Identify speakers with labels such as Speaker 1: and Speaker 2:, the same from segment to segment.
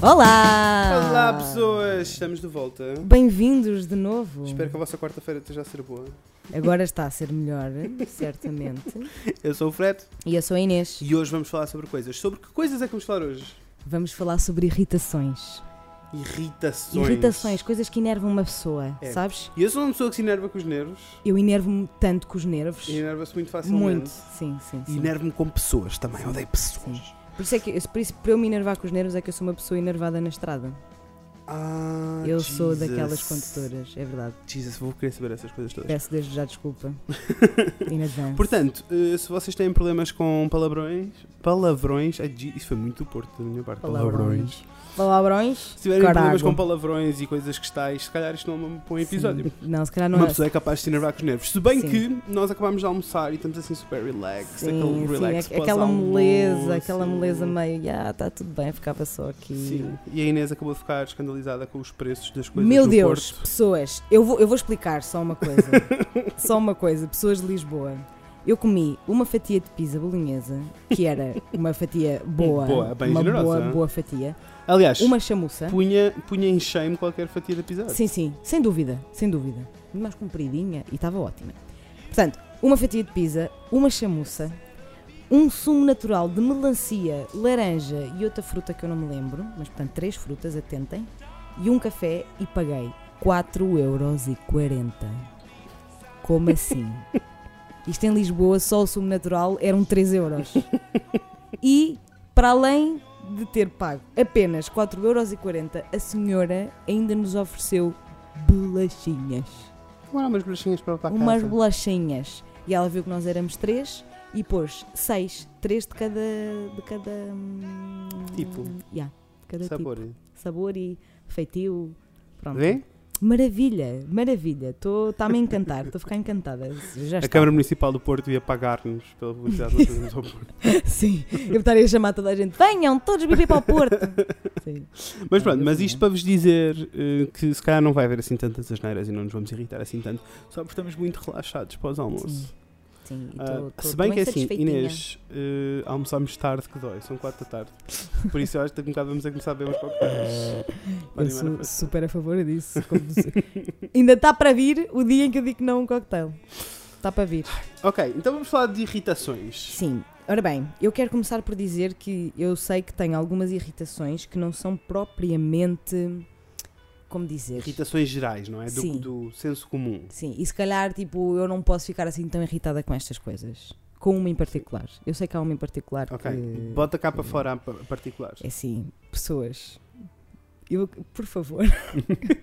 Speaker 1: Olá!
Speaker 2: Olá pessoas, estamos de volta.
Speaker 1: Bem-vindos de novo.
Speaker 2: Espero que a vossa quarta-feira esteja a ser boa.
Speaker 1: Agora está a ser melhor, certamente.
Speaker 2: Eu sou o Fred
Speaker 1: E eu sou a Inês.
Speaker 2: e hoje vamos falar sobre coisas. Sobre que coisas é que vamos falar hoje?
Speaker 1: Vamos falar sobre irritações.
Speaker 2: Irritações.
Speaker 1: Irritações, coisas que enervam uma pessoa,
Speaker 2: É.
Speaker 1: sabes?
Speaker 2: E eu sou uma pessoa que se enerva com os nervos
Speaker 1: Eu enervo-me tanto com os nervos.
Speaker 2: e enerva-se muito facilmente.
Speaker 1: Muito, sim, sim,
Speaker 2: E
Speaker 1: sim.
Speaker 2: enervo-me com pessoas também, odeio pessoas.
Speaker 1: Por isso é que eu- por isso, para eu me enervar com os nervos é que eu sou uma pessoa enervada na estrada.
Speaker 2: Ah,
Speaker 1: eu sou
Speaker 2: Jesus.
Speaker 1: daquelas condutoras, é verdade.
Speaker 2: Jesus, vou querer saber essas coisas todas.
Speaker 1: Peço desde já desculpa. In advance.
Speaker 2: Portanto, eh, se vocês têm problemas com palavrões, palavrões, ai, gi- isso foi muito do Porto da minha parte, palavrões.
Speaker 1: Palavrões.
Speaker 2: Se tiverem problemas
Speaker 1: Carago.
Speaker 2: com palavrões e coisas que estáis, se calhar isto não é um bom episódio.
Speaker 1: Sim. Não, se calhar não
Speaker 2: uma
Speaker 1: é.
Speaker 2: pessoa é capaz de se enervar com os nervos. Se bem
Speaker 1: Sim.
Speaker 2: que nós acabámos de almoçar e estamos assim super relax, aquele
Speaker 1: Sim,
Speaker 2: relax
Speaker 1: sim, a- aquela
Speaker 2: pós-almoço.
Speaker 1: moleza, aquela moleza meio, já está tudo bem, ficava só aqui.
Speaker 2: assim. Sim. E a Inês acabou de ficar escandalizada com os preços das coisas
Speaker 1: Meu
Speaker 2: no
Speaker 1: Deus,
Speaker 2: Porto.
Speaker 1: pessoas, eu vou, eu vou explicar só uma coisa. só uma coisa, pessoas de Lisboa. Eu comi uma fatia de pizza bolonhesa, que era uma fatia boa,
Speaker 2: Boa, bem
Speaker 1: uma
Speaker 2: generosa,
Speaker 1: boa,
Speaker 2: hein?
Speaker 1: boa fatia,
Speaker 2: Aliás,
Speaker 1: uma chamuça.
Speaker 2: punha, punha em shame qualquer fatia de episódio.
Speaker 1: Sim, sim, sem dúvida, sem dúvida. Muito mais compridinha e estava ótima. Portanto, uma fatia de pizza, uma chamuça, um sumo natural de melancia, laranja e outra fruta que eu não me lembro, mas portanto três frutas, atentem, e um café e paguei 4,40€. Como assim? Isto em Lisboa, só o sumo natural eram 3 euros. E, para além de ter pago apenas 4,40€, a senhora ainda nos ofereceu bolachinhas.
Speaker 2: Agora umas bolachinhas para para a
Speaker 1: umas
Speaker 2: casa.
Speaker 1: bolachinhas. E ela viu que nós éramos três e pôs seis, três de cada. de cada. hum,
Speaker 2: Tipo.
Speaker 1: Yeah, de cada
Speaker 2: Sabor.
Speaker 1: tipo. Sabor e feitio. Pronto.
Speaker 2: Vê?
Speaker 1: Maravilha, maravilha. Está-me a encantar, estou a ficar encantada. Já
Speaker 2: A
Speaker 1: está.
Speaker 2: Câmara Municipal do Porto ia pagar-nos pela publicidade que nós fazemos ao Porto.
Speaker 1: Sim, eu estaria a chamar toda a gente. Venham todos beber para o Porto. Sim.
Speaker 2: Mas pronto,
Speaker 1: Maravilha.
Speaker 2: mas isto para vos dizer eh, que se calhar não vai haver assim tantas asneiras e não nos vamos irritar assim tanto, só porque estamos muito relaxados pós-almoço.
Speaker 1: Sim. Sim, e
Speaker 2: Ah,
Speaker 1: tô- tô
Speaker 2: se bem que
Speaker 1: também
Speaker 2: é assim,
Speaker 1: satisfeitinha.
Speaker 2: Inês, eh, almoçámos tarde que dói, são 4 da tarde. Por isso eu acho que daqui a um bocado vamos a começar a beber uns coquetéis.
Speaker 1: Eu
Speaker 2: Podem ir
Speaker 1: sou
Speaker 2: lá.
Speaker 1: super a favor disso. Como se- Ainda está para vir o dia em que eu digo não a um cocktail. Está para vir.
Speaker 2: Ok, então vamos falar de irritações.
Speaker 1: Sim. Ora bem, eu quero começar por dizer que eu sei que tenho algumas irritações que não são propriamente. Como dizer?
Speaker 2: Irritações gerais, não é? Do,
Speaker 1: Sim.
Speaker 2: do senso comum.
Speaker 1: Sim, e se calhar, tipo, eu não posso ficar assim tão irritada com estas coisas. Com uma em particular. Eu sei que há uma em particular
Speaker 2: Ok,
Speaker 1: que.
Speaker 2: bota cá para fora a pa- particulares.
Speaker 1: É assim, pessoas. Eu, por favor,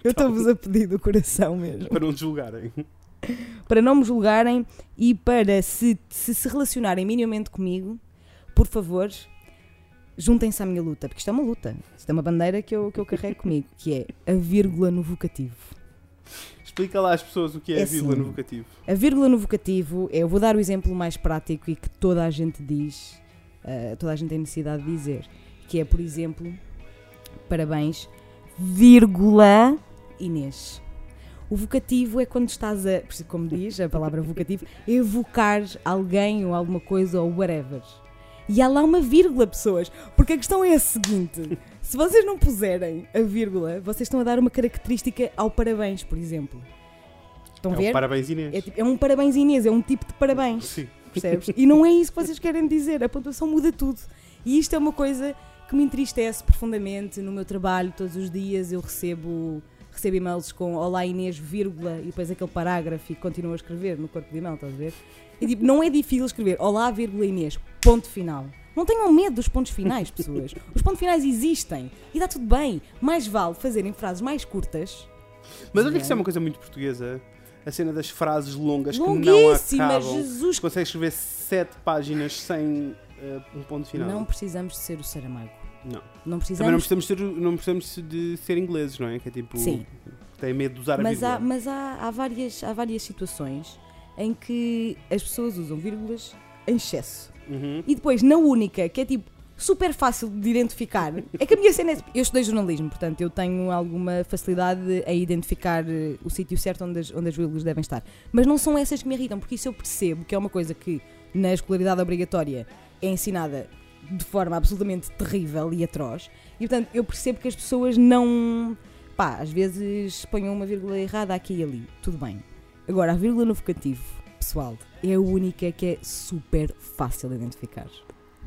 Speaker 1: eu estou-vos a pedir do coração mesmo.
Speaker 2: Para não te julgarem.
Speaker 1: Para não me julgarem e para se se, se relacionarem minimamente comigo, por favor, juntem-se à minha luta, porque isto é uma luta. Isto é uma bandeira que eu, que eu carrego comigo, que é a vírgula no vocativo.
Speaker 2: Explica lá às pessoas o que é,
Speaker 1: É
Speaker 2: a vírgula
Speaker 1: assim.
Speaker 2: no vocativo.
Speaker 1: A vírgula no vocativo, eu vou dar o exemplo mais prático e que toda a gente diz, ah, toda a gente tem necessidade de dizer, que é, por exemplo, parabéns, vírgula Inês. O vocativo é quando estás a, por isso, como diz a palavra vocativo, evocar alguém ou alguma coisa ou whatever. E há lá uma vírgula, pessoas, porque a questão é a seguinte: se vocês não puserem a vírgula, vocês estão a dar uma característica ao parabéns, por exemplo. Estão a
Speaker 2: É
Speaker 1: ver?
Speaker 2: um parabéns, Inês.
Speaker 1: É, tipo- é um parabéns Inês, é um tipo de parabéns,
Speaker 2: Sim.
Speaker 1: percebes? E não é isso que vocês querem dizer, a pontuação muda tudo. E isto é uma coisa que me entristece profundamente no meu trabalho, todos os dias eu recebo, recebo e-mails com Olá Inês, vírgula, e depois aquele parágrafo e continuo a escrever no corpo de e-mail, estás a ver? E tipo, não é difícil escrever Olá, vírgula Inês, ponto final. Não tenham medo dos pontos finais, pessoas. Os pontos finais existem e está tudo bem. Mais vale fazerem frases mais curtas
Speaker 2: Mas olha que isso é uma coisa muito portuguesa. A cena das frases longas que não
Speaker 1: Longuíssimas,
Speaker 2: acabam.
Speaker 1: Jesus
Speaker 2: Tu consegues escrever sete páginas sem eh, um ponto final.
Speaker 1: Não precisamos de ser o Saramago.
Speaker 2: Não.
Speaker 1: Não
Speaker 2: Também não
Speaker 1: precisamos.
Speaker 2: precisamos, ser, não precisamos de ser ingleses, não é? Que é tipo.
Speaker 1: Sim.
Speaker 2: Tem medo de usar a
Speaker 1: mas há,
Speaker 2: vírgula.
Speaker 1: mas há, há várias, há várias situações em que as pessoas usam vírgulas em excesso.
Speaker 2: Uhum.
Speaker 1: E depois, na única, que é tipo super fácil de identificar, é que a minha cena é. Eu estudei jornalismo, portanto eu tenho alguma facilidade a identificar eh, o sítio certo onde as, onde as vírgulas devem estar. Mas não são essas que me irritam, porque isso eu percebo que é uma coisa que na escolaridade obrigatória é ensinada de forma absolutamente terrível e atroz. E portanto, eu percebo que as pessoas não. pá, às vezes ponham uma vírgula errada aqui e ali. Tudo bem. Agora, a vírgula no vocativo, pessoal, é a única que é super fácil de identificar.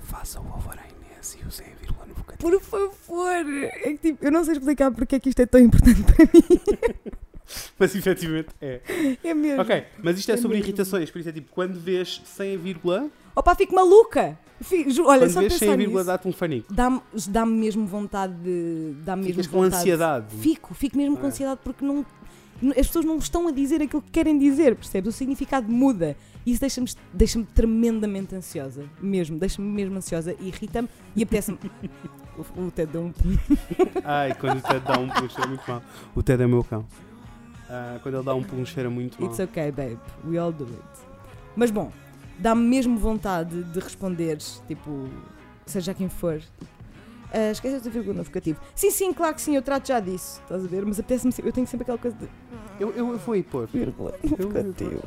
Speaker 2: Faça o favor à Inês e usem a vírgula no vocativo.
Speaker 1: Por favor! É que tipo, eu não sei explicar porque é que isto é tão importante para mim.
Speaker 2: Mas efetivamente é.
Speaker 1: É mesmo.
Speaker 2: Ok, mas isto é
Speaker 1: É
Speaker 2: sobre
Speaker 1: mesmo.
Speaker 2: irritações, por isso é tipo, quando vês sem a vírgula,
Speaker 1: Opa, fico maluca! Fico- ju- olha,
Speaker 2: quando
Speaker 1: só de
Speaker 2: vês sem a
Speaker 1: pensar
Speaker 2: vírgula
Speaker 1: nisso.
Speaker 2: dá-te um fanico.
Speaker 1: Dá-me dá mesmo vontade de. Dá-me mesmo
Speaker 2: Ficas com
Speaker 1: vontade.
Speaker 2: ansiedade.
Speaker 1: Fico, fico mesmo com
Speaker 2: É.
Speaker 1: ansiedade porque não, n- as pessoas não estão a dizer aquilo que querem dizer, percebes? O significado muda. E isso deixa-me deixa tremendamente ansiosa. Mesmo, deixa-me mesmo ansiosa e irrita-me e apetece-me. o, o Ted deu um.
Speaker 2: Ai, quando o Ted dá um pulo, cheira muito mal. O Ted é meu cão. Ah, quando ele dá um pulo, cheira muito mal.
Speaker 1: It's okay, babe. We all do it. Mas bom, dá-me mesmo vontade de responderes, tipo, seja quem for. Ah, esquece do vírgula no vocativo. Sim, sim, claro que sim, eu trato já disso, estás a ver? Mas apetece-me. sempre- Eu tenho sempre aquela coisa de
Speaker 2: Eu, eu, eu vou aí pôr.
Speaker 1: vírgula no
Speaker 2: Eu-
Speaker 1: vocativo.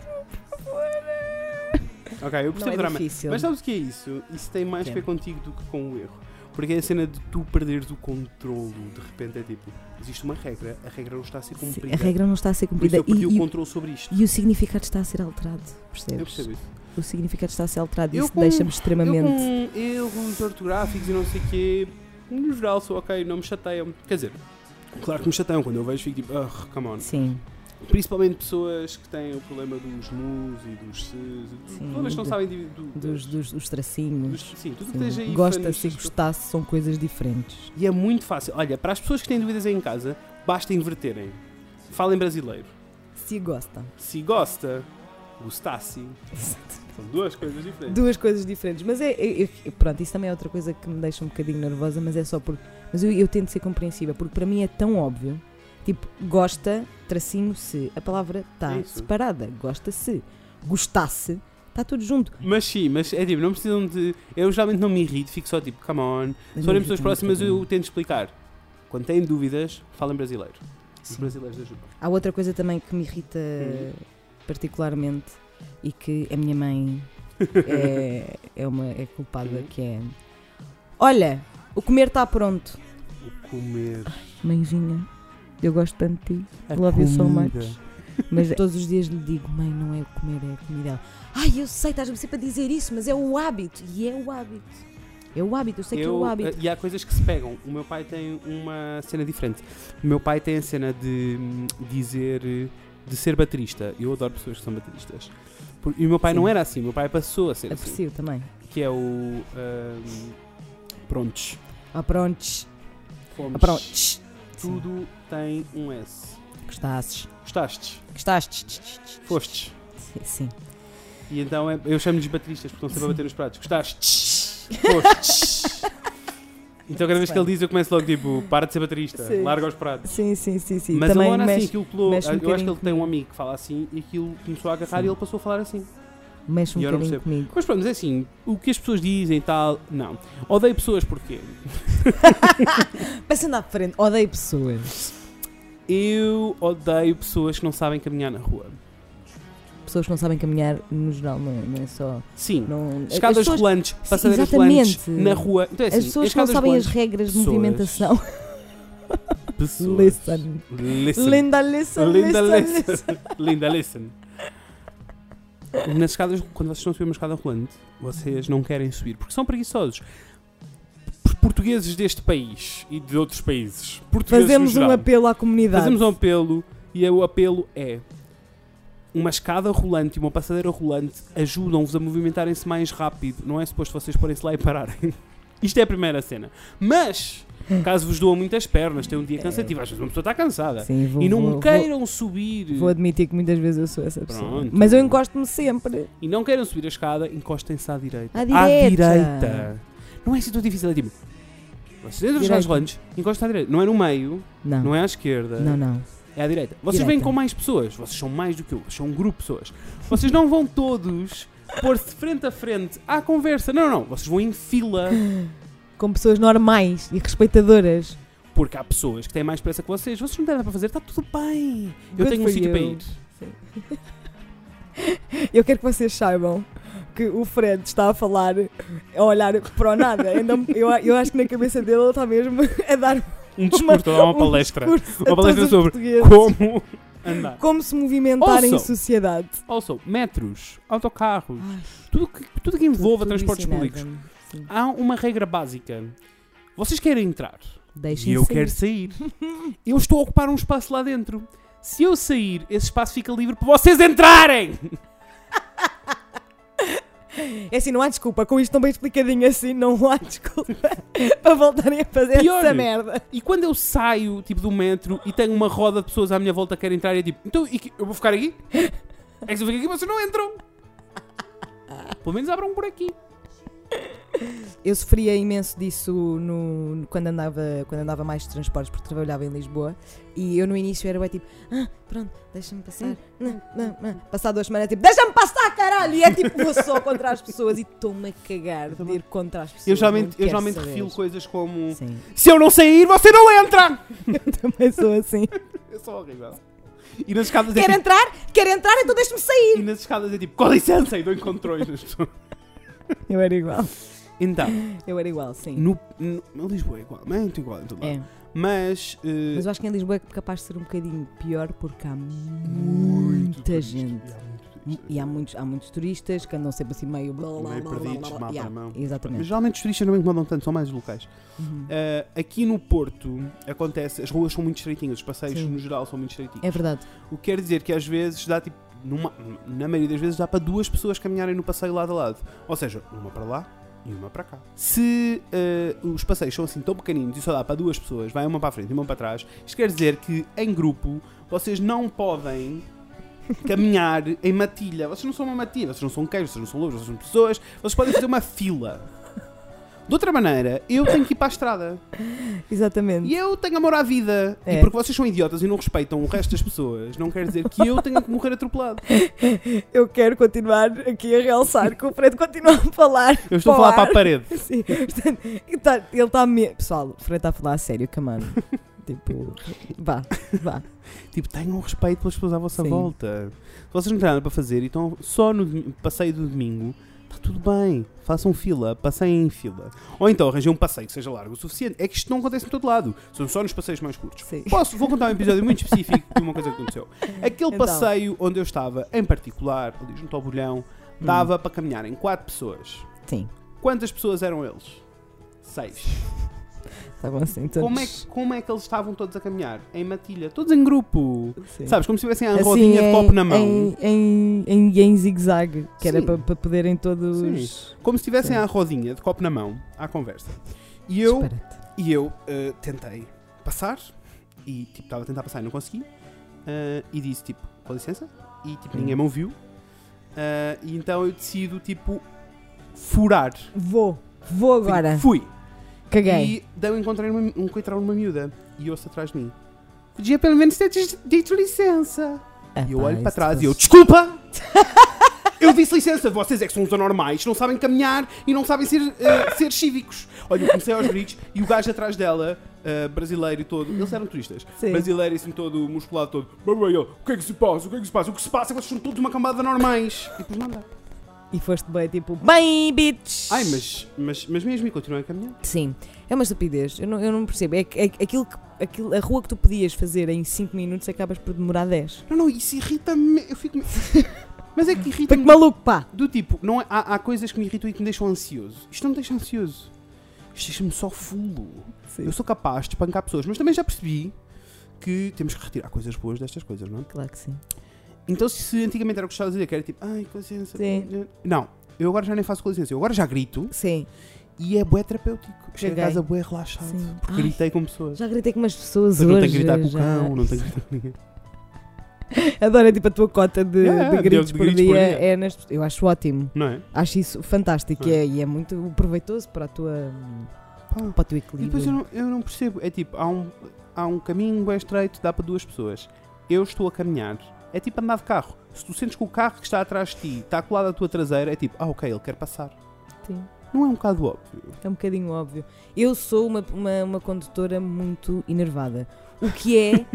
Speaker 2: Ok, eu percebo
Speaker 1: Não é
Speaker 2: o drama.
Speaker 1: difícil.
Speaker 2: Mas sabes o que é isso? Isso tem mais a
Speaker 1: Quê?
Speaker 2: ver contigo do que com o erro. Porque é a cena de tu perderes o controlo. De repente é tipo, existe uma regra, a regra não está a ser
Speaker 1: Sim,
Speaker 2: cumprida.
Speaker 1: A regra não está a ser
Speaker 2: é Por isso
Speaker 1: cumprida
Speaker 2: eu perdi
Speaker 1: e,
Speaker 2: o
Speaker 1: e,
Speaker 2: controle sobre isto.
Speaker 1: e o significado está a ser alterado,
Speaker 2: Eu
Speaker 1: percebes?
Speaker 2: percebo isso.
Speaker 1: O significado está a ser alterado e
Speaker 2: Eu
Speaker 1: isso
Speaker 2: com-
Speaker 1: deixa-me
Speaker 2: Eu
Speaker 1: extremamente.
Speaker 2: com erros ortográficos e não sei o quê, no geral sou ok, não me chateiam. Quer dizer, claro que me chateiam. Quando eu vejo fico tipo, ah, come on.
Speaker 1: Sim,
Speaker 2: Principalmente pessoas que têm o problema dos nus e dos ses. e
Speaker 1: Sim,
Speaker 2: Problemas que não
Speaker 1: do-
Speaker 2: sabem de- do-
Speaker 1: dos, dos, dos tracinhos.
Speaker 2: dos- Sim, tudo que esteja
Speaker 1: Sim.
Speaker 2: aí.
Speaker 1: Gosta,
Speaker 2: fanistas,
Speaker 1: se gostasse, são coisas diferentes.
Speaker 2: E é muito fácil. Olha, para as pessoas que têm dúvidas aí em casa, basta inverterem. Falem brasileiro.
Speaker 1: Se gosta.
Speaker 2: Se gosta, gostasse. São duas coisas diferentes.
Speaker 1: Duas coisas diferentes. Mas é, é- é- Pronto, isso também é outra coisa que me deixa um bocadinho nervosa, mas é só porque. Mas eu, eu tento ser compreensiva, porque para mim é tão óbvio. Tipo, gosta, tracinho, se. A palavra está
Speaker 2: É isso.
Speaker 1: separada. Gosta, se. Gostasse, está tudo junto.
Speaker 2: Mas sim, mas é tipo, não precisam de. Eu geralmente não me irrito, fico só tipo, come on. Se forem pessoas próximas, eu tento explicar. Quando têm dúvidas, falem brasileiro. Os
Speaker 1: Sim.
Speaker 2: brasileiros ajudam.
Speaker 1: Há outra coisa também que me irrita
Speaker 2: Hum.
Speaker 1: particularmente e que a minha mãe é, é uma é culpada,
Speaker 2: Hum.
Speaker 1: que é Olha, o comer está pronto.
Speaker 2: O comer.
Speaker 1: Mãezinha, eu gosto tanto de ti,
Speaker 2: A
Speaker 1: love you so
Speaker 2: comida.
Speaker 1: much. Mas é todos os dias lhe digo, mãe, não é o comer, é a comida. Ai, eu sei, estás sempre a dizer isso, mas é o hábito. E é o hábito. É o hábito, eu sei que é
Speaker 2: Eu,
Speaker 1: o hábito.
Speaker 2: eh, e há coisas que se pegam. O meu pai tem uma cena diferente. O meu pai tem a cena de hum, dizer eh, de ser baterista. Eu adoro pessoas que são bateristas. Por- E o meu pai
Speaker 1: Sim. É
Speaker 2: não era assim, o meu pai passou a
Speaker 1: eh,
Speaker 2: ser assim.
Speaker 1: Aprecio também.
Speaker 2: Que é o. hum, prontos.
Speaker 1: Ah, prontos.
Speaker 2: Fomos.
Speaker 1: Ah, prontos. Sim.
Speaker 2: Tudo tem um S.
Speaker 1: Gostasses.
Speaker 2: Gostastes?
Speaker 1: Gostaste.
Speaker 2: Fostes.
Speaker 1: Sim, Sim.
Speaker 2: E então é- eu chamo-lhes bateristas porque estão sempre a bater nos pratos. Gostaste? Fostes. então cada vez que ele diz eu começo logo tipo, para de ser baterista,
Speaker 1: Sim.
Speaker 2: larga os pratos.
Speaker 1: Sim, sim, sim, sim.
Speaker 2: Mas
Speaker 1: Também
Speaker 2: ele era
Speaker 1: mexe,
Speaker 2: assim, aquilo pelou.
Speaker 1: mexe um
Speaker 2: eu acho que
Speaker 1: bocadinho
Speaker 2: ele tem um amigo que fala assim e aquilo começou a agarrar
Speaker 1: Sim.
Speaker 2: e ele passou a falar assim.
Speaker 1: mexe um
Speaker 2: e eu não
Speaker 1: bocadinho
Speaker 2: percebo.
Speaker 1: comigo.
Speaker 2: Mas pronto, mas é assim, o que as pessoas dizem e tal, não. Odeio pessoas porque
Speaker 1: Passando à frente, odeio pessoas.
Speaker 2: eu odeio pessoas que não sabem caminhar na rua.
Speaker 1: Pessoas que não sabem caminhar, no geral, não, não é só.
Speaker 2: Sim.
Speaker 1: Não, as
Speaker 2: Escadas
Speaker 1: pessoas-
Speaker 2: rolantes, passadeiras
Speaker 1: exatamente.
Speaker 2: rolantes, na rua. Então é assim,
Speaker 1: As pessoas que não
Speaker 2: escadas
Speaker 1: sabem as
Speaker 2: rolantes,
Speaker 1: regras de
Speaker 2: pessoas.
Speaker 1: movimentação.
Speaker 2: pessoas.
Speaker 1: Listen.
Speaker 2: Listen.
Speaker 1: Linda listen,
Speaker 2: Linda
Speaker 1: listen,
Speaker 2: listen. Linda, listen. Nas escadas, quando vocês estão a subir uma escada rolante, vocês não querem subir porque são preguiçosos. Por- Portugueses deste país e de outros países. Portugueses no
Speaker 1: Fazemos um
Speaker 2: geral,
Speaker 1: apelo à comunidade.
Speaker 2: Fazemos um apelo e é- o apelo é uma escada rolante e uma passadeira rolante ajudam-vos a movimentarem-se mais rápido. Não é suposto vocês porem-se lá e pararem. Isto é a primeira cena. Mas, caso vos doam muitas pernas, tem um
Speaker 1: É.
Speaker 2: dia cansativo, às vezes uma pessoa está cansada
Speaker 1: Sim, vou,
Speaker 2: e não
Speaker 1: Tipo, vou,
Speaker 2: queiram subir
Speaker 1: vou- vou admitir que muitas vezes eu sou essa pessoa.
Speaker 2: Pronto.
Speaker 1: Mas eu encosto-me sempre.
Speaker 2: e não queiram subir a escada, encostem-se à direita.
Speaker 1: À direita.
Speaker 2: direita. Não é assim tão difícil, é tipo. Vocês entram nos
Speaker 1: Direita.
Speaker 2: lados rolantes, encostam à direita. Não é no meio,
Speaker 1: Não.
Speaker 2: não é à esquerda,
Speaker 1: Não, não.
Speaker 2: é à direita. Vocês
Speaker 1: Direita.
Speaker 2: vêm com mais pessoas, vocês são mais do que eu, vocês são um grupo de pessoas. Vocês não vão todos pôr-se frente a frente à conversa. Não, não, não. Vocês vão em fila
Speaker 1: Com pessoas normais e respeitadoras.
Speaker 2: porque há pessoas que têm mais pressa que vocês. Vocês não têm nada para fazer, está tudo bem. Eu
Speaker 1: Good
Speaker 2: tenho um
Speaker 1: for
Speaker 2: sítio para
Speaker 1: you.
Speaker 2: ir.
Speaker 1: Eu quero que vocês saibam que o Fred está a falar, a olhar para o nada. Então, eu, eu acho que na cabeça dele ele está mesmo a dar
Speaker 2: Um discurso, uma, uma
Speaker 1: um
Speaker 2: palestra.
Speaker 1: discurso a
Speaker 2: uma palestra
Speaker 1: todos os
Speaker 2: sobre
Speaker 1: portugueses.
Speaker 2: como andar.
Speaker 1: Como se movimentar em
Speaker 2: Ouçam.
Speaker 1: sociedade.
Speaker 2: Also, metros, autocarros,
Speaker 1: Ai,
Speaker 2: tudo que, tudo que envolva
Speaker 1: tudo é
Speaker 2: transportes públicos.
Speaker 1: ensinava-me. Sim.
Speaker 2: Há uma regra básica. Vocês querem entrar
Speaker 1: Deixem
Speaker 2: e eu
Speaker 1: sair.
Speaker 2: quero sair. Eu estou a ocupar um espaço lá dentro. Se eu sair, esse espaço fica livre para vocês entrarem!
Speaker 1: É assim, não há desculpa. Com isto tão bem explicadinho assim, não há desculpa para voltarem a fazer
Speaker 2: Pior.
Speaker 1: essa merda.
Speaker 2: E quando eu saio, tipo, do metro e tenho uma roda de pessoas à minha volta que querem entrar, é tipo, então e que- eu vou ficar aqui? É que se eu fico aqui, vocês não entram! Pelo menos abram por aqui.
Speaker 1: Eu sofria imenso disso no, no- quando, andava, quando andava mais de transportes, porque trabalhava em Lisboa. E eu no início era bué tipo, ah, pronto, deixa-me passar. Não, não, não. Passar duas semanas é tipo, deixa-me passar, caralho! E é tipo, vou só contra as pessoas e estou-me a cagar de ir contra as pessoas.
Speaker 2: Eu geralmente,
Speaker 1: não
Speaker 2: eu
Speaker 1: quero
Speaker 2: geralmente
Speaker 1: saber.
Speaker 2: refiro coisas como:
Speaker 1: Sim,
Speaker 2: Se eu não sair, você não entra!
Speaker 1: eu também sou assim.
Speaker 2: Eu sou horrível. E nas escadas é
Speaker 1: quer
Speaker 2: tipo,
Speaker 1: entrar? Quer entrar? Então deixa-me sair!
Speaker 2: e nas escadas é tipo com licença, e dou encontrões nas pessoas.
Speaker 1: Eu era igual.
Speaker 2: Então,
Speaker 1: Eu era igual, sim.
Speaker 2: no, no, no Lisboa é igualmente igual em todo lado.
Speaker 1: É.
Speaker 2: Mas, eh,
Speaker 1: Mas eu acho que em Lisboa é capaz de ser um bocadinho pior porque há
Speaker 2: muito
Speaker 1: muita
Speaker 2: turista,
Speaker 1: gente.
Speaker 2: há muito turista.
Speaker 1: E há muitos, há muitos turistas que andam sempre assim meio. Blá, blá,
Speaker 2: Meio
Speaker 1: blá, blá,
Speaker 2: perdidos,
Speaker 1: blá,
Speaker 2: mapa
Speaker 1: yeah,
Speaker 2: na mão. Mas
Speaker 1: Exatamente.
Speaker 2: geralmente os turistas não me incomodam tanto, são mais os locais.
Speaker 1: Uhum.
Speaker 2: Ah, aqui no Porto acontece, as ruas são muito estreitinhas, os passeios
Speaker 1: Sim.
Speaker 2: no geral são muito estreitinhos.
Speaker 1: É verdade.
Speaker 2: O que quer dizer que às vezes dá tipo, numa- na maioria das vezes dá para duas pessoas caminharem no passeio lado a lado. Ou seja, uma para lá e uma para cá. Se ah, os passeios são assim tão pequeninos e só dá para duas pessoas, vai uma para a frente e uma para trás, isto quer dizer que em grupo vocês não podem caminhar em matilha. Vocês não são uma matilha, vocês não são queijos, vocês não são lobos, vocês são pessoas, vocês podem fazer uma fila. De outra maneira, eu tenho que ir para a estrada.
Speaker 1: Exatamente.
Speaker 2: E eu tenho amor à vida. E
Speaker 1: É.
Speaker 2: porque vocês são idiotas e não respeitam o resto das pessoas, não quer dizer que eu tenha que morrer atropelado.
Speaker 1: Eu quero continuar aqui a realçar que o Fred continua a falar.
Speaker 2: Eu estou a
Speaker 1: Para o
Speaker 2: falar para
Speaker 1: ar.
Speaker 2: a parede.
Speaker 1: Sim. Portanto, ele tá- ele está me... Pessoal, o Fred está a falar a sério, camano. tipo, vá, vá.
Speaker 2: Tipo, tenham respeito pelas pessoas à vossa
Speaker 1: Sim.
Speaker 2: volta. Se vocês não têm nada para fazer e estão só no domi- passeio do domingo, está tudo bem. Façam fila, passeiem em fila. Ou então arranjem um passeio que seja largo o suficiente. É que isto não acontece em todo lado. São só nos passeios mais curtos.
Speaker 1: Sim.
Speaker 2: Posso, vou contar um episódio muito específico de uma coisa que aconteceu. Aquele
Speaker 1: Então.
Speaker 2: passeio onde eu estava, em particular, ali junto ao bolhão,
Speaker 1: Hum.
Speaker 2: dava para caminhar em quatro pessoas.
Speaker 1: Sim,
Speaker 2: Quantas pessoas eram eles? Seis.
Speaker 1: estavam assim todos.
Speaker 2: Como é, que- como é que eles estavam todos a caminhar? Em matilha, todos em grupo.
Speaker 1: Sim.
Speaker 2: Sabes, como se tivessem a
Speaker 1: Assim,
Speaker 2: rodinha de
Speaker 1: em-
Speaker 2: copo na mão.
Speaker 1: Em, em, em, em zigue-zague, que era
Speaker 2: Sim.
Speaker 1: para poderem todos.
Speaker 2: Sim. Como se tivessem
Speaker 1: Sim.
Speaker 2: a rodinha de copo na mão à conversa. E eu,
Speaker 1: Disparate.
Speaker 2: e eu eh, tentei passar e tipo, estava a tentar passar e não consegui. Eh, e disse tipo, com licença. E tipo,
Speaker 1: Hum.
Speaker 2: ninguém me ouviu. Eh, e então eu decido tipo furar.
Speaker 1: Vou, vou agora.
Speaker 2: Fui.
Speaker 1: Caguei.
Speaker 2: E daí eu encontrei uma, um coitrão numa miúda e ouço atrás de mim. Podia pelo menos ter dis- dito licença.
Speaker 1: É
Speaker 2: E
Speaker 1: Ah,
Speaker 2: eu olho para trás e eu, desculpa! eu disse licença, vocês é que são os anormais, não sabem caminhar e não sabem ser, eh, ser cívicos. Olha, eu comecei aos gritos e o gajo atrás dela, eh, brasileiro e todo, eles eram turistas,
Speaker 1: Sim.
Speaker 2: brasileiro e assim todo, musculado todo, "Bem, bem, ele, o que é que se passa, o que é que se passa, o que se passa é que vocês são todos uma cambada de normais. E depois não dá.
Speaker 1: E foste bem, tipo, bem, bitch!
Speaker 2: Ai, mas, mas, mas mesmo e continuei a caminhar.
Speaker 1: Sim, é uma estupidez. Eu não, eu não percebo. É, que- é que aquilo que. Aquilo, a rua que tu podias fazer em 5 minutos acabas por demorar 10.
Speaker 2: Não, não, isso irrita-me, eu fico... mas é que irrita-me
Speaker 1: Fico maluco, pá!
Speaker 2: Do tipo, não é- há, há coisas que me irritam e que me deixam ansioso. Isto não me deixa ansioso. Isto deixa-me só fulo. Eu sou capaz de pancar pessoas, mas também já percebi que temos que retirar coisas boas destas coisas, não é?
Speaker 1: Claro que sim.
Speaker 2: Então, se- se antigamente era o que estava a dizer, que era tipo, ai, com licença.
Speaker 1: Sim.
Speaker 2: Não, eu agora já nem faço com licença. Eu agora já grito
Speaker 1: Sim,
Speaker 2: e é bué terapêutico. Chego
Speaker 1: Caguei.
Speaker 2: a casa bué relaxado.
Speaker 1: sim.
Speaker 2: Porque
Speaker 1: Ai,
Speaker 2: gritei com pessoas.
Speaker 1: já gritei com umas pessoas
Speaker 2: Mas
Speaker 1: hoje.
Speaker 2: não tenho que gritar com o
Speaker 1: já.
Speaker 2: cão, não tenho que gritar com ninguém.
Speaker 1: Adoro, é tipo, a tua cota de,
Speaker 2: Yeah,
Speaker 1: de
Speaker 2: de-
Speaker 1: gritos,
Speaker 2: de
Speaker 1: por,
Speaker 2: gritos
Speaker 1: dia
Speaker 2: por dia.
Speaker 1: É nas, eu acho ótimo.
Speaker 2: Não é?
Speaker 1: Acho isso fantástico
Speaker 2: É.
Speaker 1: e é- e é muito proveitoso para, a tua,
Speaker 2: Pá.
Speaker 1: para o teu
Speaker 2: E
Speaker 1: equilíbrio.
Speaker 2: depois eu não, eu não percebo. É tipo, há um, há um caminho bem estreito, dá para duas pessoas. Eu estou a caminhar. É tipo andar de carro. Se tu sentes que o carro que está atrás de ti está colado à tua traseira, é tipo, ah, ok, ele quer passar.
Speaker 1: Sim.
Speaker 2: Não é um bocado óbvio.
Speaker 1: É um bocadinho óbvio. Eu sou uma, uma, uma condutora muito enervada. O que é,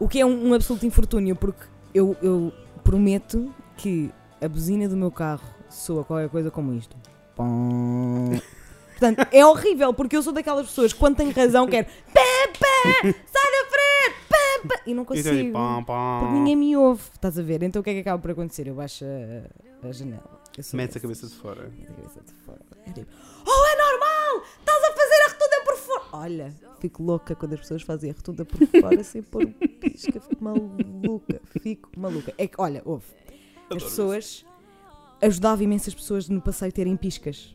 Speaker 1: o que é um, um absoluto infortúnio, porque eu, eu prometo que a buzina do meu carro soa qualquer coisa como isto. Pão. Portanto, é horrível, porque eu sou daquelas pessoas que quando tenho razão quero pé, pé, sai da frente, pé, pé, e não
Speaker 2: Então,
Speaker 1: consigo.
Speaker 2: pam, pam.
Speaker 1: Porque ninguém me ouve, estás a ver? Então o que é que acaba por acontecer? Eu baixo a, a janela. Eu sou
Speaker 2: Metes a
Speaker 1: dessas.
Speaker 2: cabeça de fora.
Speaker 1: Meto a cabeça de fora. É tipo, oh, é normal! Estás a fazer a retunda por fora! Olha, fico louca quando as pessoas fazem a retunda por fora sem pôr um pisca. Fico maluca, fico maluca. É que, olha, ouve. As pessoas ajudava imensas pessoas no passeio terem piscas.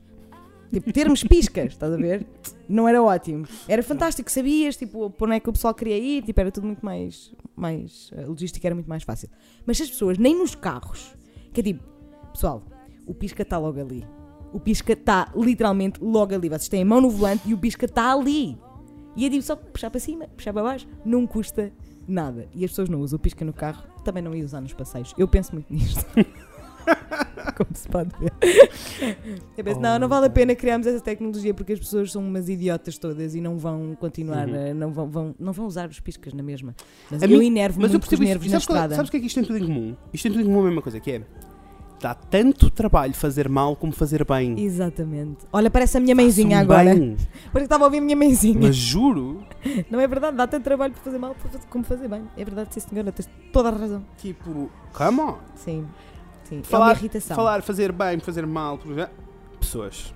Speaker 1: Tipo, termos piscas, estás a ver? Não era ótimo. Era fantástico, sabias, tipo, por onde é que o pessoal queria ir, tipo, era tudo muito mais, mais, a logística era muito mais fácil. Mas se as pessoas, nem nos carros, que é tipo, pessoal, o pisca está logo ali. O pisca está literalmente logo ali. Vocês têm a mão no volante e o pisca está ali. E é tipo, só puxar para cima, puxar para baixo, não custa nada. E as pessoas não usam o pisca no carro, também não ia usar nos passeios. Eu penso muito nisto. Como se pode ver. Eu penso, não, não
Speaker 2: Oh,
Speaker 1: vale a pena criarmos essa tecnologia porque as pessoas são umas idiotas todas e não vão continuar,
Speaker 2: Uhum.
Speaker 1: a- não, vão, vão- não vão usar os piscas na mesma. Mas
Speaker 2: A
Speaker 1: eu
Speaker 2: mim-
Speaker 1: enervo
Speaker 2: Mas eu
Speaker 1: muito com os
Speaker 2: percebo
Speaker 1: nervos
Speaker 2: isso. E
Speaker 1: na
Speaker 2: Sabes, qual-
Speaker 1: estrada.
Speaker 2: sabes o que é que isto tem tudo em comum? Isto tem tudo em comum a mesma coisa, que é... Dá tanto trabalho fazer mal como fazer bem.
Speaker 1: Exatamente. Olha, parece a minha mãezinha
Speaker 2: Façam
Speaker 1: agora.
Speaker 2: bem.
Speaker 1: Parece que estava a ouvir a minha mãezinha.
Speaker 2: Mas juro,
Speaker 1: Não é verdade, dá tanto trabalho para fazer mal para fazer- como fazer bem. É verdade, sim senhora, tens toda a razão.
Speaker 2: tipo, come on.
Speaker 1: Sim. Sim. é uma
Speaker 2: Falar,
Speaker 1: irritação.
Speaker 2: falar, fazer bem, fazer mal, por exemplo. pessoas.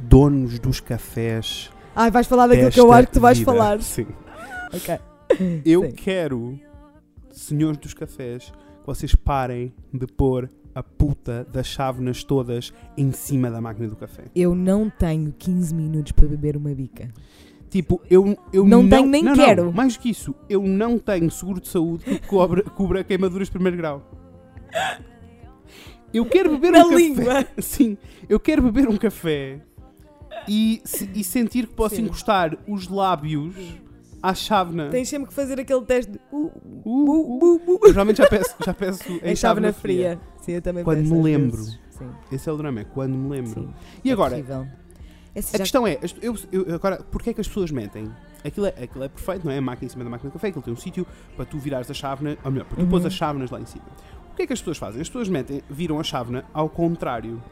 Speaker 2: Donos dos cafés.
Speaker 1: Ai, vais falar É daquilo que eu
Speaker 2: desta
Speaker 1: acho que tu vais
Speaker 2: vida.
Speaker 1: falar.
Speaker 2: Sim.
Speaker 1: Ok.
Speaker 2: Eu
Speaker 1: Sim.
Speaker 2: quero, senhores dos cafés, que vocês parem de pôr a puta das chávenas todas em cima da máquina do café.
Speaker 1: Eu não tenho 15 minutos para beber uma bica.
Speaker 2: Tipo, eu, eu
Speaker 1: Não tenho nem
Speaker 2: não,
Speaker 1: quero.
Speaker 2: mais do que isso, eu não tenho seguro de saúde que cobra, cubra queimaduras de primeiro grau. Eu quero beber
Speaker 1: Na
Speaker 2: um
Speaker 1: língua.
Speaker 2: café. Sim, eu quero beber um café e, se- e sentir que posso
Speaker 1: Sim.
Speaker 2: encostar os lábios à chávena.
Speaker 1: Tens sempre que fazer aquele teste de. Uh, uh,
Speaker 2: Uh, uh.
Speaker 1: uh, uh,
Speaker 2: Eu geralmente já peço, já peço em
Speaker 1: Em chávena fria. Sim, eu também
Speaker 2: Quando
Speaker 1: peço
Speaker 2: me
Speaker 1: às
Speaker 2: lembro.
Speaker 1: vezes. Sim,
Speaker 2: Esse é o drama, é quando me lembro.
Speaker 1: sim.
Speaker 2: E
Speaker 1: É
Speaker 2: agora,
Speaker 1: terrível. Esse
Speaker 2: a
Speaker 1: já-
Speaker 2: questão é, as- eu, eu- agora, porquê é que as pessoas mentem? Aquilo é, aquilo é perfeito, não é? A máquina em cima da máquina de café, aquilo tem um sítio para tu virares a chávena, ou melhor, para tu
Speaker 1: Uhum.
Speaker 2: pôs as chávenas lá em cima. O que é que as pessoas fazem? As pessoas metem, viram a chávena ao contrário.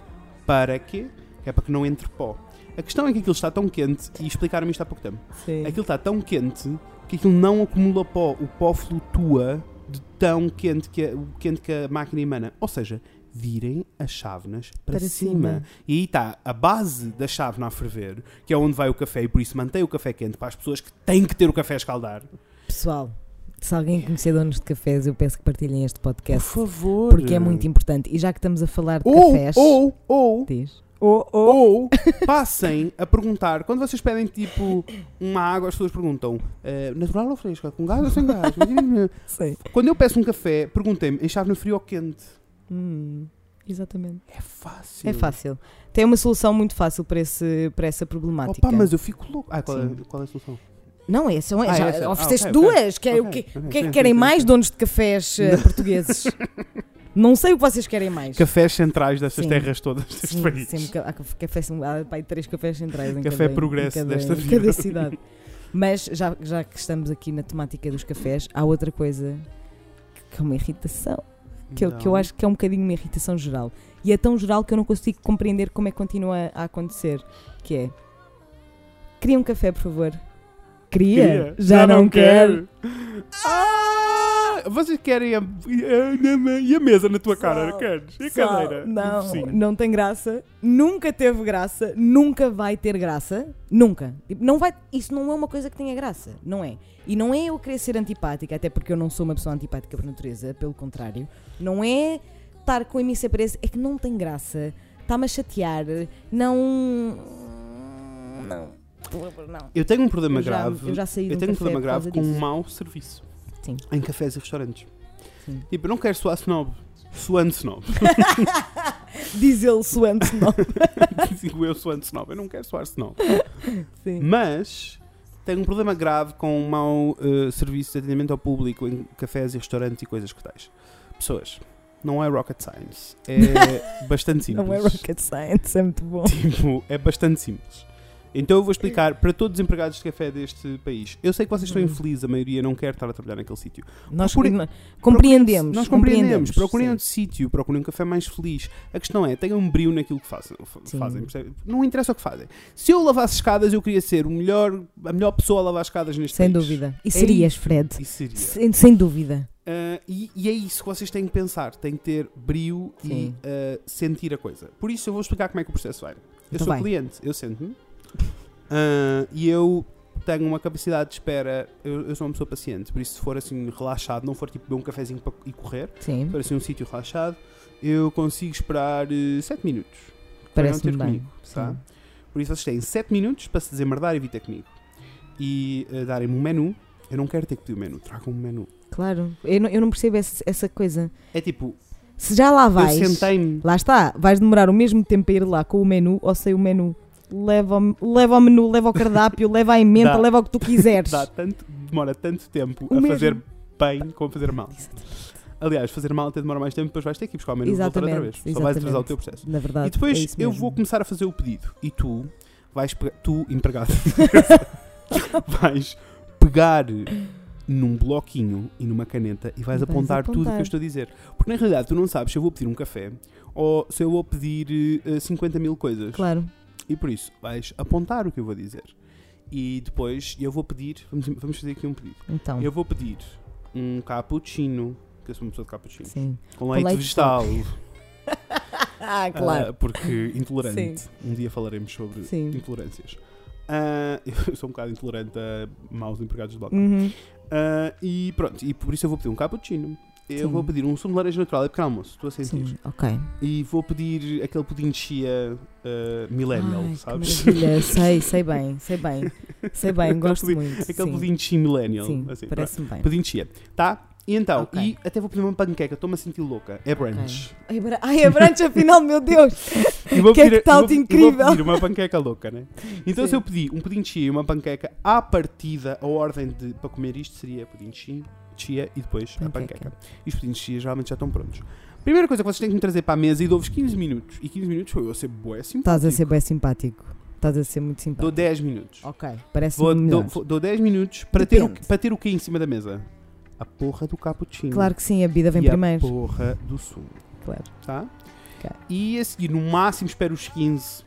Speaker 2: Para quê? Que é para que não entre pó. A questão é que aquilo está tão quente, e explicaram-me isto há pouco tempo,
Speaker 1: Sim.
Speaker 2: aquilo está tão quente que aquilo não acumula pó, o pó flutua de tão quente que a, o quente que a máquina emana. Ou seja, virem as chávenas para,
Speaker 1: Para
Speaker 2: cima.
Speaker 1: cima.
Speaker 2: E aí está a base da chávena a ferver, que é onde vai o café, e por isso mantém o café quente para as pessoas que têm que ter o café a escaldar.
Speaker 1: Pessoal, se alguém conhecer donos de cafés, eu peço que partilhem este
Speaker 2: Por
Speaker 1: podcast.
Speaker 2: favor.
Speaker 1: Porque é muito importante. E já que estamos a falar de
Speaker 2: Ou,
Speaker 1: cafés.
Speaker 2: ou, ou,
Speaker 1: Diz.
Speaker 2: ou, passem a perguntar, quando vocês pedem tipo uma água, as pessoas perguntam, "Eh, natural ou fresca? Com gás ou sem gás?
Speaker 1: Sim.
Speaker 2: Quando eu peço um café, perguntem-me, em chávena fria ou quente?
Speaker 1: Hum, exatamente.
Speaker 2: É fácil.
Speaker 1: É fácil. Tem uma solução muito fácil para, esse, para essa problemática.
Speaker 2: Opa, mas eu fico louco. Ah, qual,
Speaker 1: Sim.
Speaker 2: é, qual é a solução?
Speaker 1: Não, é, são,
Speaker 2: Ah,
Speaker 1: já
Speaker 2: essa. Ah,
Speaker 1: ofereceste
Speaker 2: ok, ok.
Speaker 1: duas. Que, o
Speaker 2: Ok,
Speaker 1: que, o
Speaker 2: ok,
Speaker 1: que é
Speaker 2: sim,
Speaker 1: que querem
Speaker 2: sim,
Speaker 1: mais,
Speaker 2: sim.
Speaker 1: donos de cafés eh, portugueses? Não sei o que vocês querem mais.
Speaker 2: Cafés centrais destas
Speaker 1: Sim.
Speaker 2: terras todas, deste
Speaker 1: Sim,
Speaker 2: país.
Speaker 1: sempre ca- há caf- café, há pá, aí três cafés centrais em
Speaker 2: Café
Speaker 1: cada- em
Speaker 2: Progresso
Speaker 1: cada-
Speaker 2: desta
Speaker 1: em
Speaker 2: vida.
Speaker 1: cada cidade. Mas já, já que estamos aqui na temática dos cafés, há outra coisa que- que é uma irritação. que, eu- que eu
Speaker 2: Não.
Speaker 1: acho que é um bocadinho uma irritação geral. E é tão geral que eu não consigo compreender como é que continua a acontecer. Que é. Queria um café, por favor. Queria?
Speaker 2: Queria?
Speaker 1: é. Já, não, quero.
Speaker 2: Ah! Vocês querem a, a- e a mesa na tua cara?
Speaker 1: Sal,
Speaker 2: Queres? E a
Speaker 1: Só-
Speaker 2: cadeira?
Speaker 1: Não,
Speaker 2: Sim.
Speaker 1: não tem graça. Nunca teve graça. Nunca vai ter graça. Nunca. Tipo, Não vai, isso não é uma coisa que tenha graça. Não é. E não é eu querer ser antipática, até porque eu não sou uma pessoa antipática por natureza. Pelo contrário. Não é estar com a imensa presa. É que não tem graça. Está-me a chatear. Não. Não. Não.
Speaker 2: Eu tenho um problema
Speaker 1: Eu já,
Speaker 2: grave.
Speaker 1: eu já saí de
Speaker 2: Eu
Speaker 1: um
Speaker 2: tenho um
Speaker 1: café
Speaker 2: problema
Speaker 1: por causa
Speaker 2: grave com um
Speaker 1: disso.
Speaker 2: mau serviço.
Speaker 1: Sim.
Speaker 2: Em cafés e restaurantes.
Speaker 1: Sim.
Speaker 2: Tipo, eu não quero soar snob. Suando snob.
Speaker 1: Diz ele suando não.
Speaker 2: Digo eu suando snob. Eu não quero soar snob.
Speaker 1: Sim.
Speaker 2: Mas tenho um problema grave com o mau eh, serviço de atendimento ao público em cafés e restaurantes e coisas que tais. Pessoas, não é rocket science. É bastante simples.
Speaker 1: Não é rocket science, é muito bom.
Speaker 2: Tipo, é bastante simples. Então eu vou explicar para todos os empregados de café deste país. Eu sei que vocês estão infelizes, a maioria não quer estar a trabalhar naquele sítio.
Speaker 1: Nós
Speaker 2: Procure-
Speaker 1: com- compreendemos.
Speaker 2: Nós compreendemos. Procurem
Speaker 1: sim.
Speaker 2: outro sítio, procurem um café mais feliz. A questão é, tenham um brilho naquilo que façam. fa-
Speaker 1: Sim.
Speaker 2: fazem, percebe? Não interessa o que fazem. Se eu lavasse escadas, eu queria ser o melhor, a melhor pessoa a lavar escadas neste
Speaker 1: Sem
Speaker 2: país.
Speaker 1: dúvida. E serias, Fred.
Speaker 2: É Isso seria.
Speaker 1: Sem, sem dúvida.
Speaker 2: Ah, e, e é isso que vocês têm que pensar. Têm que ter brilho e
Speaker 1: Sim.
Speaker 2: ah, sentir a coisa. Por isso eu vou explicar como é que o processo vai. Eu
Speaker 1: Então
Speaker 2: sou
Speaker 1: vai.
Speaker 2: cliente, eu sento-me ah, e eu tenho uma capacidade de espera. Eu, eu sou uma pessoa paciente, por isso se for assim relaxado, não for tipo beber um cafezinho para- e correr,
Speaker 1: Sim,
Speaker 2: for assim um sítio relaxado, eu consigo esperar 7 minutos. para não ter
Speaker 1: parece-me bem.
Speaker 2: comigo, tá?
Speaker 1: Sim.
Speaker 2: Por isso vocês têm 7 minutos para se desemmerdar e vir ter comigo. E ah, darem-me um menu. Eu não quero ter que pedir o menu, tragam-me um menu.
Speaker 1: Claro. Eu não, eu não percebo esse- essa coisa.
Speaker 2: É tipo,
Speaker 1: Se já lá vais.
Speaker 2: eu sentei-me
Speaker 1: Lá está, vais demorar o mesmo tempo a ir lá com o menu ou sem o menu. Leva o, leva o menu, leva o cardápio, leva a emenda,
Speaker 2: Dá.
Speaker 1: leva o que tu quiseres.
Speaker 2: Dá tanto, demora tanto tempo
Speaker 1: O
Speaker 2: a
Speaker 1: mesmo.
Speaker 2: fazer bem como a fazer mal. Aliás, fazer mal até demora mais tempo, depois vais ter que ir buscar o menu e voltar outra vez.
Speaker 1: Exatamente,
Speaker 2: Só vais atrasar o
Speaker 1: exatamente.
Speaker 2: teu processo.
Speaker 1: Na verdade.
Speaker 2: e depois
Speaker 1: é isso
Speaker 2: eu
Speaker 1: mesmo.
Speaker 2: vou começar a fazer o pedido e tu vais pegar, tu, empregado, vais pegar num bloquinho e numa caneta e vais,
Speaker 1: Vais
Speaker 2: apontar, tudo o que
Speaker 1: apontar.
Speaker 2: eu estou a dizer. Porque na realidade tu não sabes se eu vou pedir um café ou se eu vou pedir eh, 50 mil coisas.
Speaker 1: Claro,
Speaker 2: E por isso, vais apontar o que eu vou dizer. E depois eu vou pedir, vamos, vamos fazer aqui um pedido.
Speaker 1: então.
Speaker 2: Eu vou pedir um cappuccino, que eu sou uma pessoa de cappuccino,
Speaker 1: Sim.
Speaker 2: com leite,
Speaker 1: leite.
Speaker 2: vegetal.
Speaker 1: Ah,
Speaker 2: ah, porque intolerante. Um dia falaremos sobre
Speaker 1: Sim.
Speaker 2: intolerâncias. Ah, eu sou um bocado intolerante a maus empregados de banco.
Speaker 1: Uhum.
Speaker 2: Ah, e pronto, e por isso eu vou pedir um cappuccino. Eu
Speaker 1: Sim.
Speaker 2: vou pedir um sumo de laranja natural, é pequeno almoço, estou a sentir.
Speaker 1: Sim, ok.
Speaker 2: E vou pedir aquele pudim de chia ah, millennial,
Speaker 1: Ai, que
Speaker 2: sabes?
Speaker 1: maravilha. sei, sei bem, sei bem. Sei bem,
Speaker 2: Aquele
Speaker 1: gosto
Speaker 2: pudim-
Speaker 1: muito.
Speaker 2: Aquele
Speaker 1: sim.
Speaker 2: pudim de chia millennial.
Speaker 1: Sim,
Speaker 2: assim, pronto.
Speaker 1: parece-me bem.
Speaker 2: Pudim de chia. Tá? E então,
Speaker 1: Ok.
Speaker 2: e até vou pedir uma panqueca, estou-me a sentir louca. É brunch.
Speaker 1: Ai, bra- Ai, a brancha afinal, meu Deus!
Speaker 2: E vou
Speaker 1: Que é
Speaker 2: pedir-
Speaker 1: que tal
Speaker 2: vou-
Speaker 1: de
Speaker 2: e
Speaker 1: incrível?
Speaker 2: Vou pedir uma panqueca louca, né? Então, se
Speaker 1: Sim.
Speaker 2: eu pedi um pudim de chia e uma panqueca, à partida, a ordem de, para comer isto seria pudim de chia, chia e depois a
Speaker 1: Panqueca.
Speaker 2: panqueca. E os pudins de chia geralmente já estão prontos. Primeira coisa que vocês têm que me trazer para a mesa e dou-vos 15 minutos. E 15 minutos foi eu a ser bué simpático.
Speaker 1: Estás a ser bem simpático. Estás a ser muito simpático.
Speaker 2: Dou 10 minutos.
Speaker 1: Ok, parece-me
Speaker 2: Vou, dou,
Speaker 1: melhor.
Speaker 2: vou- dou 10 minutos para ter, o,
Speaker 1: Depende.
Speaker 2: para ter o que em cima da mesa? A porra do cappuccino.
Speaker 1: Claro que sim, a bebida vem
Speaker 2: e
Speaker 1: primeiro.
Speaker 2: a porra do sumo.
Speaker 1: Claro.
Speaker 2: Tá?
Speaker 1: Ok.
Speaker 2: E a seguir, no máximo, espero os 15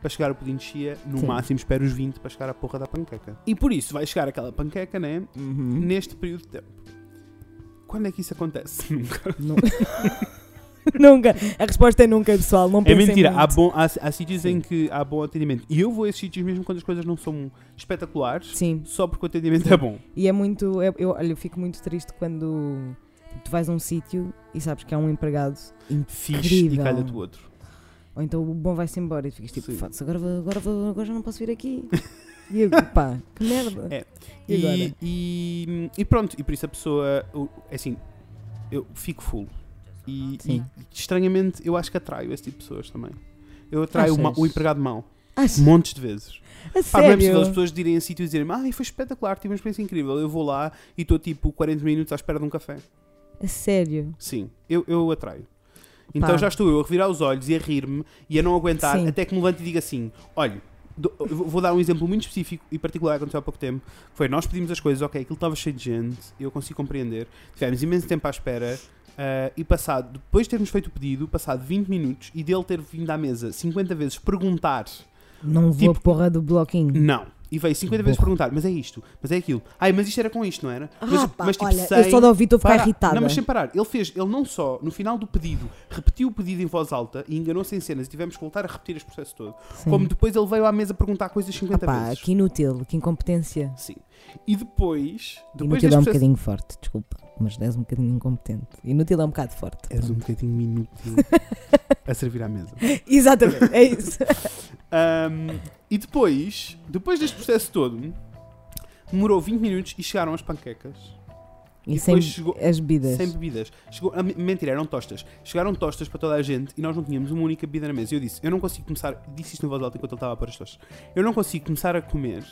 Speaker 2: para chegar ao pudim de chia. No
Speaker 1: Sim.
Speaker 2: máximo, espero os 20 para chegar à porra da panqueca. E por isso, vai chegar aquela panqueca, né?
Speaker 1: Uhum.
Speaker 2: Neste período de tempo. Quando é que isso acontece? É Nunca.
Speaker 1: Nu- nunca. A resposta é nunca, pessoal. Não
Speaker 2: É
Speaker 1: pensem
Speaker 2: mentira.
Speaker 1: muito.
Speaker 2: Há, bom, há, há sítios
Speaker 1: Sim.
Speaker 2: em que há bom atendimento. E eu vou a esses sítios mesmo quando as coisas não são espetaculares.
Speaker 1: Sim,
Speaker 2: Só porque o atendimento
Speaker 1: Sim.
Speaker 2: é bom.
Speaker 1: e é muito. é- eu, olha, eu fico muito triste quando tu vais a um sítio e sabes que há um empregado.
Speaker 2: Fiz e
Speaker 1: Incrível.
Speaker 2: calha-te o outro.
Speaker 1: Ou então o bom vai-se embora e tu ficas tipo,
Speaker 2: Sim.
Speaker 1: foda-se, agora, vou- agora, vou- agora já não posso vir aqui. E eu, pá, que merda.
Speaker 2: É.
Speaker 1: E agora?
Speaker 2: E, e- e pronto, e por isso a pessoa, o- assim, eu fico full. E,
Speaker 1: Sim.
Speaker 2: e, estranhamente eu acho que atraio esse tipo de pessoas também. Eu atraio
Speaker 1: Achas?
Speaker 2: uma- o empregado mau,
Speaker 1: Acho,
Speaker 2: montes de vezes.
Speaker 1: a
Speaker 2: Pá, não é possível
Speaker 1: Ah, sério.
Speaker 2: as pessoas irem a sítio e dizerem ai, foi espetacular, tive uma experiência incrível. Eu vou lá e estou tipo 40 minutos à espera de um café.
Speaker 1: A sério.
Speaker 2: Sim, eu, eu atraio. Então
Speaker 1: Pá.
Speaker 2: já estou eu a revirar os olhos e a rir-me e a não aguentar
Speaker 1: Sim.
Speaker 2: até que me levante e diga assim: olha, do- eu vou vou dar um exemplo muito específico e particular que aconteceu há pouco tempo. que Foi nós pedimos as coisas, ok, aquilo estava cheio de gente, eu consigo compreender. Tivemos imenso tempo à espera ah, e passado, depois de termos feito o pedido, passado 20 minutos e dele ter vindo à mesa 50 vezes perguntar:
Speaker 1: Não vou
Speaker 2: Tipo-
Speaker 1: a porra do bloquinho.
Speaker 2: não. E veio 50 vezes perguntar: mas é isto, mas é aquilo, ai, mas isto era com isto, não era? mas,
Speaker 1: Ah, pá,
Speaker 2: mas, tipo,
Speaker 1: olha, eu
Speaker 2: sem-
Speaker 1: só de ouvir estou a ficar
Speaker 2: Para-
Speaker 1: irritada.
Speaker 2: Não, mas sem parar. Ele fez, ele não só, no final do pedido, repetiu o pedido em voz alta e enganou-se em cenas e tivemos que voltar a repetir este processo todo.
Speaker 1: Sim.
Speaker 2: Como depois ele veio à mesa perguntar coisas
Speaker 1: Ah
Speaker 2: 50
Speaker 1: pá,
Speaker 2: vezes.
Speaker 1: que inútil, que incompetência.
Speaker 2: Sim. E depois, depois
Speaker 1: inútil é um
Speaker 2: deste processo...
Speaker 1: bocadinho forte, desculpa, mas és um bocadinho incompetente. Inútil é um bocado forte.
Speaker 2: És um bocadinho inútil a servir à mesa.
Speaker 1: Exatamente, é isso.
Speaker 2: Ahm, e depois, depois deste processo todo, demorou 20 minutos e chegaram as panquecas.
Speaker 1: E,
Speaker 2: E
Speaker 1: sem
Speaker 2: depois chegou-
Speaker 1: as bebidas.
Speaker 2: Sem bebidas. Chegou, a, mentira, eram tostas. Chegaram tostas para toda a gente e nós não tínhamos uma única bebida na mesa. E eu disse, eu não consigo começar, disse isto em voz alta enquanto ele estava a pôr as tostas. Eu não consigo começar a comer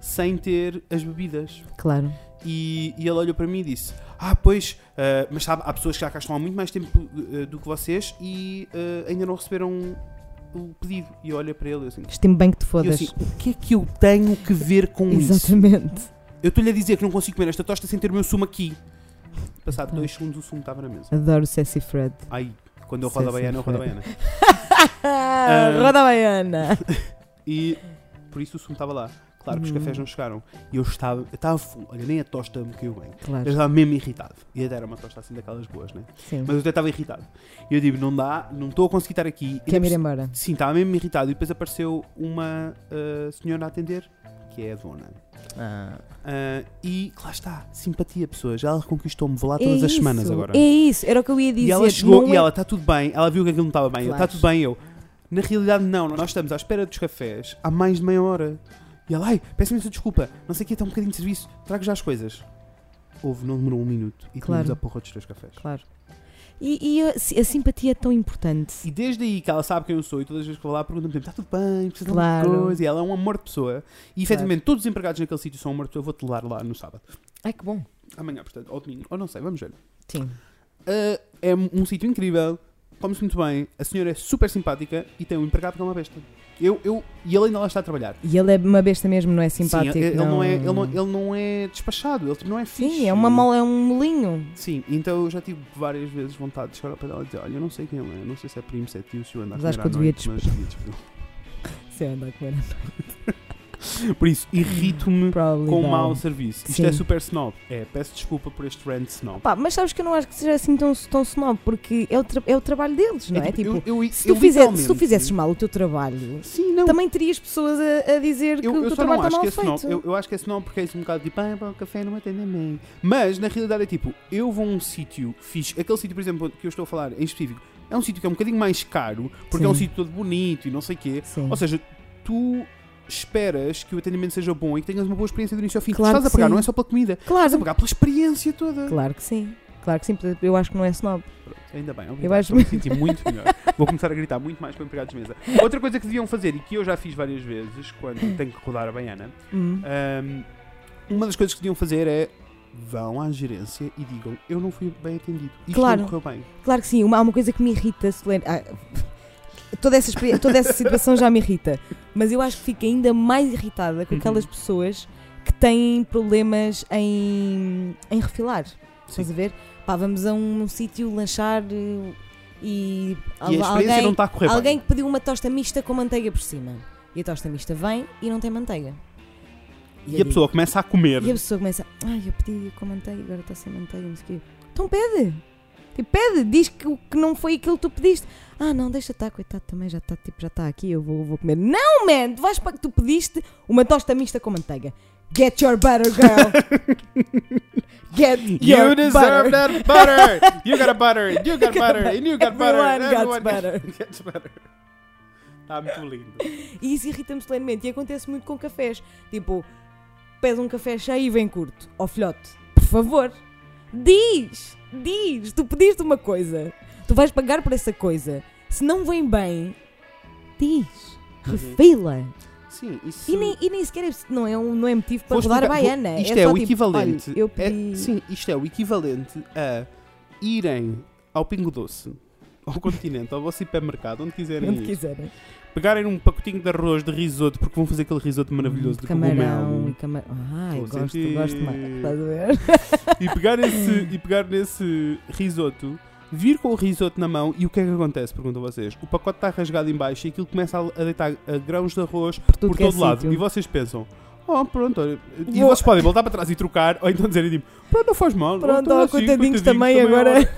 Speaker 2: sem ter as bebidas.
Speaker 1: Claro.
Speaker 2: E, e ele olhou para mim e disse, ah, pois, ah, eh, mas sabe, há pessoas que já cá estão há muito mais tempo ah, do que vocês e ah, ainda não eh, receberam o pedido e olha para ele e eu assim,
Speaker 1: Este bem que te
Speaker 2: e eu
Speaker 1: fodas.
Speaker 2: assim, hum, o que é que eu tenho que ver com isso?
Speaker 1: Exatamente.
Speaker 2: Eu estou-lhe a dizer que não consigo comer esta tosta sem ter o meu sumo aqui. Passado dois segundos o sumo estava na mesa.
Speaker 1: Adoro o Sassy Fred.
Speaker 2: Ai, quando eu rodo a
Speaker 1: Sim, sim,
Speaker 2: baiana, eu rodo a
Speaker 1: foi.
Speaker 2: baiana.
Speaker 1: Ah, Roda a baiana.
Speaker 2: E por isso o sumo estava lá. Claro que os
Speaker 1: Hum.
Speaker 2: cafés não chegaram. E eu estava, eu estava full. Olha, nem a tosta me caiu bem. Eu
Speaker 1: Claro,
Speaker 2: estava mesmo irritado. E até era uma tosta assim daquelas boas, né?
Speaker 1: sim.
Speaker 2: Mas eu até estava irritado. E eu digo, não dá, não estou a conseguir estar aqui. E
Speaker 1: Quer-me
Speaker 2: depois-
Speaker 1: ir embora.
Speaker 2: Sim, estava mesmo irritado. E depois apareceu uma ah, senhora a atender, que é a dona. Ah, e lá está, simpatia, pessoas. Ela conquistou-me, vou lá todas
Speaker 1: é
Speaker 2: as
Speaker 1: isso,
Speaker 2: semanas agora.
Speaker 1: É isso, era o que eu ia dizer.
Speaker 2: E ela chegou
Speaker 1: não
Speaker 2: e
Speaker 1: é-
Speaker 2: ela está tudo bem, ela viu que aquilo não estava bem, está
Speaker 1: Claro.
Speaker 2: tudo bem eu. Na realidade, não, nós estamos à espera dos cafés há mais de meia hora. E ela, ai, peço imensa desculpa, não sei o que, está um bocadinho de serviço, trago já as coisas. Houve, não demorou um minuto e
Speaker 1: Claro.
Speaker 2: tínhamos a porra dos teus cafés.
Speaker 1: Claro. E, e a, a simpatia é tão importante.
Speaker 2: E desde aí que ela sabe quem eu sou e todas as vezes que eu vou lá pergunta-me, está tudo bem, precisa de
Speaker 1: Claro.
Speaker 2: alguma coisa. E ela é um amor de pessoa. E efetivamente todos os empregados naquele sítio são um amor de pessoa, eu vou-te levar lá no sábado.
Speaker 1: Ai que bom.
Speaker 2: Amanhã, portanto, ou domingo, ou não sei, vamos ver.
Speaker 1: Sim.
Speaker 2: Ah, é um um sítio incrível, come-se muito bem, a senhora é super simpática e tem um empregado que é uma besta. Eu, eu, e ele ainda lá está a trabalhar.
Speaker 1: E ele é uma besta mesmo, não é simpático?
Speaker 2: Sim, ele, ele não... é, ele, não, ele não é despachado, ele não é fixe.
Speaker 1: Sim, é uma mola, é um molinho.
Speaker 2: Sim, então eu já tive várias vezes vontade de chegar ao pé dela e dizer: Olha, eu não sei quem ele é, não sei se é primo, se é tio, se o anda a
Speaker 1: Mas acho
Speaker 2: comer
Speaker 1: que
Speaker 2: à
Speaker 1: eu devia
Speaker 2: noite, mas devia despedi-lo."
Speaker 1: Se anda a comer.
Speaker 2: Por isso, irrito-me
Speaker 1: Probably
Speaker 2: com
Speaker 1: não.
Speaker 2: mau serviço. Isto
Speaker 1: Hum, Sim.
Speaker 2: é super snob. É, peço desculpa por este rant snob.
Speaker 1: Pá, mas sabes que eu não acho que seja assim tão, tão snob, porque é o, tra- é o trabalho deles, não é? tipo,
Speaker 2: eu- eu-
Speaker 1: se,
Speaker 2: eu
Speaker 1: tu fizer, se tu
Speaker 2: literalmente-
Speaker 1: fizesses mal o teu trabalho,
Speaker 2: Sim, não,
Speaker 1: também terias pessoas a, a dizer que
Speaker 2: Eu,
Speaker 1: o
Speaker 2: eu
Speaker 1: teu
Speaker 2: só não
Speaker 1: trabalho está
Speaker 2: acho
Speaker 1: mal
Speaker 2: que esse
Speaker 1: feito.
Speaker 2: não. Eu, eu acho que esse não porque é isso um bocado tipo, ah, pá, o café não atende a mim. Mas na realidade é tipo, eu vou a um sítio fixe. Aquele sítio, por exemplo, que eu estou a falar em específico, é um sítio que é um bocadinho mais caro porque é um
Speaker 1: Sim.
Speaker 2: sítio todo bonito e não sei o quê.
Speaker 1: Sim.
Speaker 2: Ou seja, tu esperas que o atendimento seja bom e que tenhas uma boa experiência do início ao fim.
Speaker 1: Claro
Speaker 2: tu estás a
Speaker 1: que
Speaker 2: pagar,
Speaker 1: sim.
Speaker 2: não é só pela comida, estás a
Speaker 1: claro,
Speaker 2: pagar pela experiência toda.
Speaker 1: claro que sim. Claro que sim, portanto, eu acho que não é snob.
Speaker 2: Pronto, ainda bem,
Speaker 1: Eu
Speaker 2: obrigado.
Speaker 1: acho-
Speaker 2: Estou a me sentir muito melhor. Vou começar a gritar muito mais para empregados de mesa. Outra coisa que deviam fazer e que eu já fiz várias vezes quando tenho que rodar a baiana
Speaker 1: Hum.
Speaker 2: Ahm, uma das coisas que deviam fazer é vão à gerência e digam eu não fui bem atendido. Isto
Speaker 1: Claro.
Speaker 2: não correu bem.
Speaker 1: Claro que sim, uma, há uma coisa que me irrita solene- ah, toda, essa, experi- toda essa situação já me irrita. Mas eu acho que fico ainda mais irritada com
Speaker 2: Uhum.
Speaker 1: aquelas pessoas que têm problemas em, em refilar. Estás a ver? Pá, vamos a um, sítio lanchar eh, e,
Speaker 2: E a experiência
Speaker 1: alguém,
Speaker 2: não está a correr
Speaker 1: alguém
Speaker 2: bem.
Speaker 1: que pediu uma tosta mista com manteiga por cima. E a tosta mista vem e não tem manteiga.
Speaker 2: E
Speaker 1: eu
Speaker 2: a pessoa começa a comer.
Speaker 1: digo- e a pessoa começa, ai, eu pedi com manteiga, agora está sem manteiga, não sei o quê. Então pede! Tipo, pede, diz que, o- que não foi aquilo que tu pediste. Ah, não, deixa estar, coitado, também já está tipo, já está aqui, eu vou, vou comer. Não, man, tu vais para que tu pediste uma tosta mista com manteiga. Get your butter, girl! Get your
Speaker 2: You
Speaker 1: butter.
Speaker 2: deserve that butter! You got a butter! You got
Speaker 1: Got
Speaker 2: butter!
Speaker 1: butter.
Speaker 2: And you got butter!
Speaker 1: Everyone got
Speaker 2: gets- gets butter! Está muito lindo.
Speaker 1: E isso irrita-me solenemente. E acontece muito com cafés. Tipo, pede um café cheio e vem curto. Ó filhote, por favor, diz! Diz! Tu pediste uma coisa. Tu vais pagar por essa coisa. Se não vem bem, diz.
Speaker 2: Uhum.
Speaker 1: Refila.
Speaker 2: Sim, isso.
Speaker 1: E, nem, e nem sequer é, não é, um, não é motivo para
Speaker 2: Vou
Speaker 1: rodar a
Speaker 2: explicar- vou-
Speaker 1: baiana.
Speaker 2: Isto
Speaker 1: é,
Speaker 2: é,
Speaker 1: só
Speaker 2: o
Speaker 1: tipo,
Speaker 2: equivalente.
Speaker 1: olha, eu
Speaker 2: é-
Speaker 1: pedi...
Speaker 2: sim, isto é o equivalente a irem ao Pingo Doce, ao continente, ao vosso hipermercado, onde quiserem
Speaker 1: Onde
Speaker 2: ir.
Speaker 1: quiserem.
Speaker 2: pegarem um pacotinho de arroz de risoto, porque vão fazer aquele risoto maravilhoso de
Speaker 1: camarão e
Speaker 2: cogumelo.
Speaker 1: camarão. Ai,
Speaker 2: Estou a
Speaker 1: gosto,
Speaker 2: sentir.
Speaker 1: gosto mais. Estás a ver?
Speaker 2: E pegar, esse, e pegar nesse risoto, vir com o risoto na mão, e o que é que acontece? Pergunto a vocês. O pacote está rasgado em baixo e aquilo começa a, a deitar ah, grãos de arroz
Speaker 1: tudo
Speaker 2: por
Speaker 1: que é
Speaker 2: todo lado.
Speaker 1: sítio.
Speaker 2: E vocês pensam... Oh, pronto, olha. E
Speaker 1: Vou-
Speaker 2: vocês podem voltar para trás e trocar, ou então dizerem tipo, pronto, não faz mal.
Speaker 1: Pronto,
Speaker 2: então
Speaker 1: ó,
Speaker 2: assim,
Speaker 1: coitadinhos
Speaker 2: coitadinhos,
Speaker 1: também agora.
Speaker 2: olha.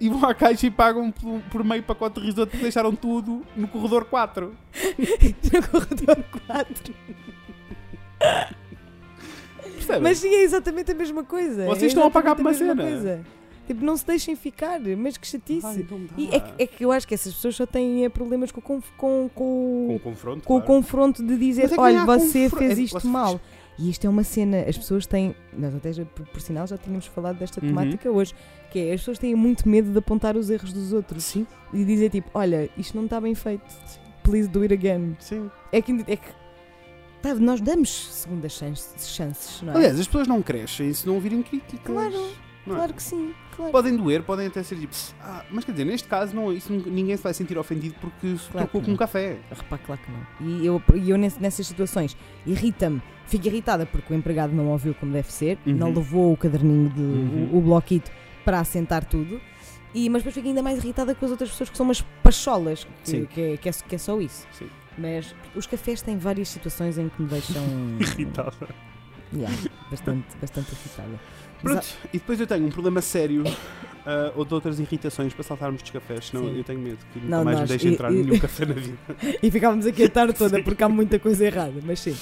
Speaker 2: E vão à caixa e pagam por, por meio pacote de risoto, porque deixaram tudo no corredor 4.
Speaker 1: no corredor 4.
Speaker 2: Percebem?
Speaker 1: Mas sim, é exatamente a mesma coisa.
Speaker 2: Vocês
Speaker 1: É
Speaker 2: estão a pagar
Speaker 1: exatamente
Speaker 2: por uma
Speaker 1: mesma
Speaker 2: cena.
Speaker 1: coisa. Tipo, não se deixem ficar, mas que chatice.
Speaker 2: Ai, não dá.
Speaker 1: e é, que- é que eu acho que essas pessoas só têm eh, problemas com, o conf- com,
Speaker 2: Com
Speaker 1: com,
Speaker 2: o confronto,
Speaker 1: com o
Speaker 2: claro.
Speaker 1: confronto de dizer:
Speaker 2: Mas é que
Speaker 1: olha,
Speaker 2: não há
Speaker 1: você
Speaker 2: confro- é
Speaker 1: fez
Speaker 2: que
Speaker 1: isto
Speaker 2: você-
Speaker 1: mal. E isto é uma cena, as pessoas têm. Nós até, já, por, por sinal, já tínhamos falado desta
Speaker 2: Uhum.
Speaker 1: temática hoje. Que é, as pessoas têm muito medo de apontar os erros dos outros
Speaker 2: Sim,
Speaker 1: e dizer tipo: olha, isto não está bem feito. Please do it again.
Speaker 2: sim.
Speaker 1: É que. É que tá, nós damos segundas chances, chances, não é?
Speaker 2: Aliás, as pessoas não crescem se não ouvirem críticas.
Speaker 1: Claro.
Speaker 2: Não é?
Speaker 1: Claro que sim, claro.
Speaker 2: Podem doer, podem até ser tipo. "Ah", mas quer dizer, neste caso, não, isso, nu- ninguém se vai sentir ofendido porque se
Speaker 1: Claro que
Speaker 2: trocou com
Speaker 1: não.
Speaker 2: um café.
Speaker 1: Ah, Repá, claro que não. E eu, e eu nesse- nessas situações irrita-me, fico irritada porque o empregado não ouviu como deve ser,
Speaker 2: Uhum.
Speaker 1: não levou o caderninho, de,
Speaker 2: Uhum.
Speaker 1: o, o bloquito para assentar tudo. E, mas depois fico ainda mais irritada com as outras pessoas que são umas pacholas, que,
Speaker 2: Sim.
Speaker 1: que, é, que, é, só- que é só isso.
Speaker 2: Sim.
Speaker 1: Mas os cafés têm várias situações em que me deixam
Speaker 2: Irritável.
Speaker 1: Yeah, bastante, bastante irritada.
Speaker 2: Pronto, e depois eu tenho um problema sério ah, ou de outras irritações para saltarmos dos cafés, senão
Speaker 1: Sim.
Speaker 2: eu tenho medo que nunca
Speaker 1: Não,
Speaker 2: mais
Speaker 1: nós-
Speaker 2: me deixem
Speaker 1: e-
Speaker 2: entrar
Speaker 1: e-
Speaker 2: em nenhum café na vida.
Speaker 1: E ficávamos aqui a tarde toda porque há muita coisa errada, mas sim.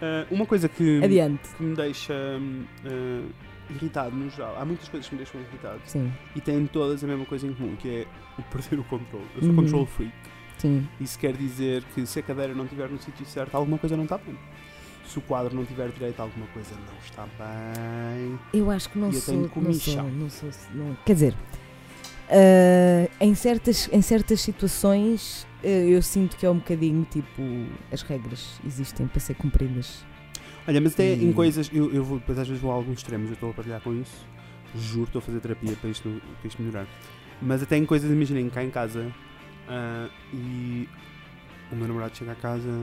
Speaker 2: Ah, uma coisa que,
Speaker 1: Adiante.
Speaker 2: que me deixa hum, ah, irritado no geral, há muitas coisas que me deixam irritado
Speaker 1: Sim,
Speaker 2: e têm todas a mesma coisa em comum, que é o perder o controle. Eu sou
Speaker 1: Uhum.
Speaker 2: control freak.
Speaker 1: sim.
Speaker 2: Isso quer dizer que se a cadeira não estiver no sítio certo, alguma coisa não está bem. Se o quadro não estiver direito, alguma coisa não está bem.
Speaker 1: Eu acho que não
Speaker 2: E eu
Speaker 1: sou,
Speaker 2: tenho
Speaker 1: não
Speaker 2: comichão.
Speaker 1: sou, não sou, não- Quer dizer, ah, em, certas, em certas situações ah, eu sinto que é um bocadinho tipo as regras existem para ser cumpridas.
Speaker 2: Olha, mas até
Speaker 1: Hum.
Speaker 2: em coisas, eu, eu vou, depois às vezes vou a alguns extremos, eu estou a partilhar com isso. Juro, estou a fazer terapia para isto, para isto melhorar. Mas até em coisas, imaginem, cá em casa ah, e o meu namorado chega a casa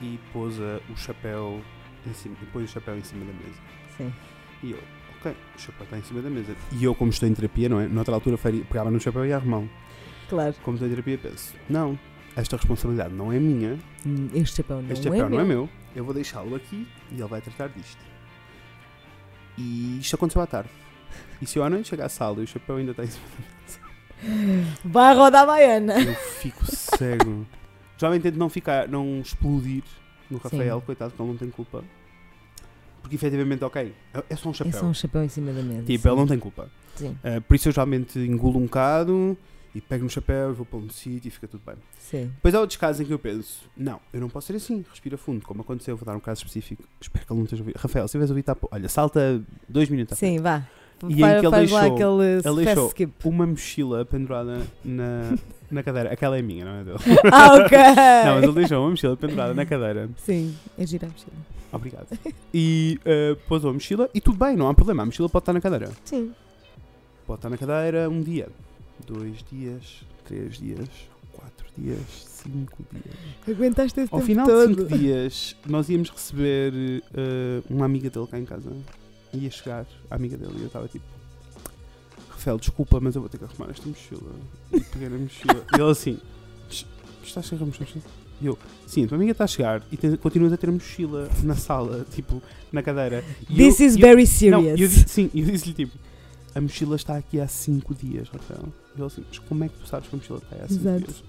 Speaker 2: e pôs ah, o chapéu em cima, e põe o chapéu em cima da mesa.
Speaker 1: Sim.
Speaker 2: E eu, ok, o chapéu está em cima da mesa. E eu, como estou em terapia, não é? Noutra altura faria, pegava no chapéu e ia arrumá-lo.
Speaker 1: Claro,
Speaker 2: Como estou em terapia, penso, não, esta responsabilidade não é minha,
Speaker 1: hum, este chapéu não,
Speaker 2: este chapéu
Speaker 1: é,
Speaker 2: não
Speaker 1: meu.
Speaker 2: é meu, eu vou deixá-lo aqui e ele vai tratar disto. E isto aconteceu à tarde. E se eu à noite chegar à sala e o chapéu ainda está em cima,
Speaker 1: Vai rodar a baiana.
Speaker 2: eu fico cego. Jovem tento não ficar, não explodir no Rafael, coitado, que ele não tem culpa. Porque efetivamente, ok, é- é só um chapéu.
Speaker 1: É só um chapéu em cima da mesa.
Speaker 2: Tipo, ele não tem culpa.
Speaker 1: Sim,
Speaker 2: Uh, por isso eu geralmente engulo um bocado e pego no chapéu e vou para um sítio e fica tudo bem.
Speaker 1: sim.
Speaker 2: Depois há outros casos em que eu penso, não, eu não posso ser assim, respira fundo, como aconteceu, vou dar um caso específico, espero que ele não esteja a ouvir. Rafael, se tiveres a ouvir, tá, olha, salta dois minutos. à
Speaker 1: Sim, vá.
Speaker 2: tá E em
Speaker 1: Fa-
Speaker 2: que ele
Speaker 1: faz lá
Speaker 2: deixou-
Speaker 1: aquele
Speaker 2: ele
Speaker 1: fast
Speaker 2: deixou-
Speaker 1: skip.
Speaker 2: frente. Uma mochila pendurada na, na cadeira, aquela é minha, não é dele.
Speaker 1: Ah, ok.
Speaker 2: Não, mas ele deixou uma mochila pendurada na cadeira,
Speaker 1: Sim, é girar a mochila.
Speaker 2: obrigado. E uh, pôs a mochila e tudo bem, não há problema, a mochila pode estar na cadeira.
Speaker 1: Sim.
Speaker 2: Pode estar na cadeira um dia, dois dias, três dias, quatro dias, cinco dias.
Speaker 1: Aguentaste esse
Speaker 2: Ao
Speaker 1: tempo
Speaker 2: final de
Speaker 1: todo.
Speaker 2: 5 dias, nós íamos receber eh, uma amiga dele cá em casa. Ia chegar a amiga dele e eu estava tipo: Rafael, desculpa, mas eu vou ter que arrumar esta mochila. E peguei na mochila. e ele assim: "Ch- Estás sem a mochila? E eu: Sim, a tua amiga está a chegar e tens- continuas a ter a mochila na sala, tipo, na cadeira. E
Speaker 1: This
Speaker 2: eu-
Speaker 1: is
Speaker 2: e eu-
Speaker 1: very
Speaker 2: não,
Speaker 1: serious.
Speaker 2: eu disse, sim, eu disse-lhe tipo: A mochila está aqui há 5 dias, Rafael. E ele assim: Mas como é que tu sabes que a mochila está aí há 5
Speaker 1: Exato.
Speaker 2: dias?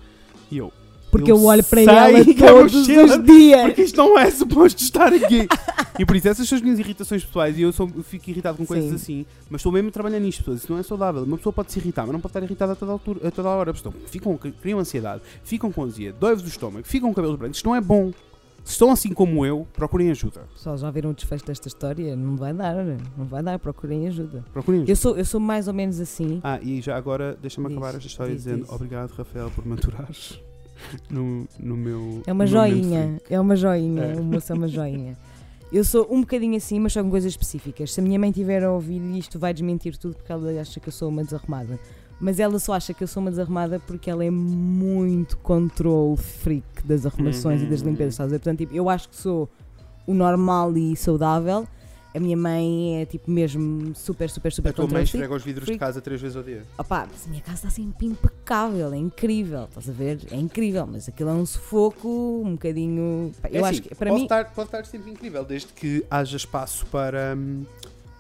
Speaker 2: E eu:
Speaker 1: Porque eu,
Speaker 2: Eu
Speaker 1: olho para
Speaker 2: sei
Speaker 1: ela
Speaker 2: que a
Speaker 1: todos
Speaker 2: mochila-
Speaker 1: os dias.
Speaker 2: Porque isto não é suposto estar aqui. e por isso, essas são as minhas irritações pessoais e eu sou- eu fico irritado com coisas
Speaker 1: Sim.
Speaker 2: assim. Mas estou mesmo a trabalhar nisto, pessoas. Isso não é saudável. Uma pessoa pode se irritar, mas não pode estar irritada a toda, altura, a toda hora. Então, ficam, criam ansiedade, ficam com azia, dói-vos o estômago, ficam com cabelos brancos. Isto não é bom. Se estão assim como eu, procurem ajuda.
Speaker 1: Pessoal, já viram o um desfecho desta história? Não vai dar, não vai dar, procurem ajuda.
Speaker 2: Procurem ajuda.
Speaker 1: Eu sou, eu sou mais ou menos assim.
Speaker 2: Ah, e já agora, deixa-me
Speaker 1: Diz,
Speaker 2: acabar esta história
Speaker 1: diz,
Speaker 2: dizendo
Speaker 1: diz.
Speaker 2: obrigado, Rafael, por me aturares no, no meu.
Speaker 1: É uma
Speaker 2: no meu momento
Speaker 1: joinha, é uma joinha, o moço é uma joinha. Eu sou um bocadinho assim, mas só com coisas específicas. Se a minha mãe tiver a ouvir isto, vai desmentir tudo porque ela acha que eu sou uma desarrumada. Mas ela só acha que eu sou uma desarrumada porque ela é muito control freak das arrumações e das
Speaker 2: Uhum.
Speaker 1: limpezas. Estás a ver? Portanto, tipo, eu acho que sou o normal e saudável. A minha mãe é tipo mesmo super, super,
Speaker 2: free.
Speaker 1: super
Speaker 2: A tua mãe
Speaker 1: control freak.
Speaker 2: esfrega os vidros
Speaker 1: freak.
Speaker 2: de casa três vezes ao dia.
Speaker 1: Opá, mas a minha casa está sempre impecável, é incrível, estás a ver? É incrível, mas aquilo é um sufoco, um bocadinho. pá,
Speaker 2: É
Speaker 1: eu
Speaker 2: assim,
Speaker 1: acho que para
Speaker 2: pode
Speaker 1: mim.
Speaker 2: Estar, pode estar sempre incrível, desde que haja espaço para hum,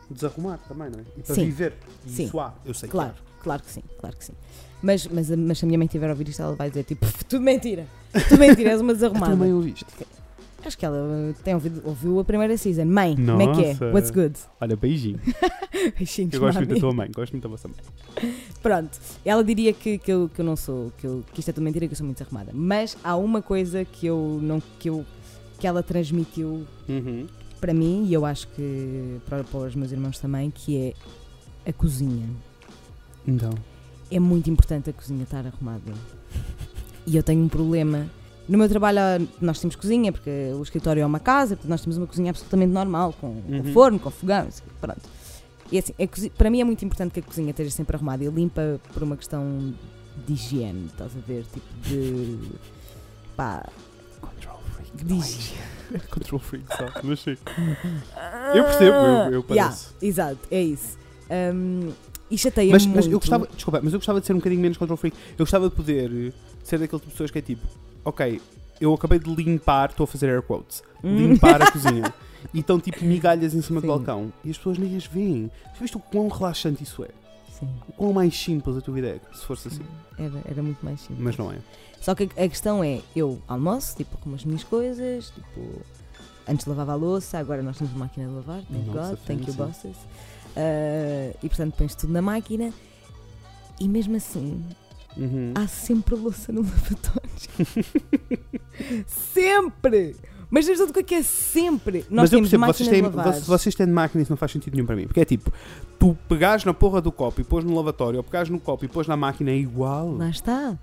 Speaker 2: desarrumar também, não é? E para
Speaker 1: Sim.
Speaker 2: viver. E
Speaker 1: Sim.
Speaker 2: Isso há, eu sei
Speaker 1: Claro,
Speaker 2: que há.
Speaker 1: claro que sim, claro que sim. Mas, mas, mas se a minha mãe tiver a ouvir isto, ela vai dizer tipo, "Pff, tudo mentira, tudo mentira, és uma
Speaker 2: A tua mãe
Speaker 1: desarrumada.
Speaker 2: ouviste?
Speaker 1: Acho que ela uh, tem ouvido, ouviu a primeira season. Mãe, como é que é?
Speaker 2: Nossa.
Speaker 1: What's good?
Speaker 2: Olha, beijinho.
Speaker 1: Beijinhos,
Speaker 2: Eu gosto
Speaker 1: mami.
Speaker 2: muito da tua mãe, gosto muito da vossa mãe.
Speaker 1: Pronto, ela diria que, que, eu, que eu não sou, que, eu, que isto é tudo mentira, que eu sou muito desarrumada. Mas há uma coisa que eu não. que, eu, que ela transmitiu
Speaker 2: Uhum.
Speaker 1: para mim e eu acho que para, para os meus irmãos também, que é a cozinha.
Speaker 2: Então.
Speaker 1: É muito importante a cozinha estar arrumada. E eu tenho um problema. No meu trabalho ah, nós temos cozinha, porque o escritório é uma casa, portanto nós temos uma cozinha absolutamente normal, com, com
Speaker 2: Uhum.
Speaker 1: forno, com fogão, isso- pronto. E assim, a cozi- para mim é muito importante que a cozinha esteja sempre arrumada e limpa por uma questão de higiene, estás a ver? Tipo de. pá,
Speaker 2: Control freak.
Speaker 1: de higiene.
Speaker 2: Control freak, só.
Speaker 1: É
Speaker 2: Mas sim. Eu percebo, eu, eu
Speaker 1: Ah, Yeah,
Speaker 2: pareço.
Speaker 1: exato, é isso. Um, e chateia
Speaker 2: Mas,
Speaker 1: muito.
Speaker 2: mas eu gostava, desculpa, mas eu gostava de ser um bocadinho menos control freak. Eu gostava de poder eh, ser daquele tipo de pessoas que é tipo, ok, eu acabei de limpar, estou a fazer air quotes,
Speaker 1: Hum.
Speaker 2: limpar a cozinha. E estão tipo migalhas em cima do
Speaker 1: Sim.
Speaker 2: balcão. E as pessoas nem as veem. Já viste o quão relaxante isso é?
Speaker 1: Sim,
Speaker 2: O quão mais simples a tua vida é, se fosse assim.
Speaker 1: era, era muito mais simples.
Speaker 2: Mas não é.
Speaker 1: Só que a a questão é, eu almoço, tipo, com as minhas coisas, tipo, antes lavava a louça, agora nós temos uma máquina de lavar, thank
Speaker 2: Nossa,
Speaker 1: God, thank you
Speaker 2: fancy.
Speaker 1: bosses. Ah, e portanto pões tudo na máquina e mesmo assim
Speaker 2: Uhum.
Speaker 1: há sempre louça no lavatório. sempre! Mas não estou com o que é sempre. Nós
Speaker 2: mas eu
Speaker 1: temos
Speaker 2: percebo,
Speaker 1: máquina de
Speaker 2: vocês têm,
Speaker 1: lavar.
Speaker 2: vocês, vocês têm de máquina, isso não faz sentido nenhum para mim. Porque é tipo, tu pegares na porra do copo e pôs no lavatório, ou pegares no copo e pôs na máquina é igual.
Speaker 1: Lá está.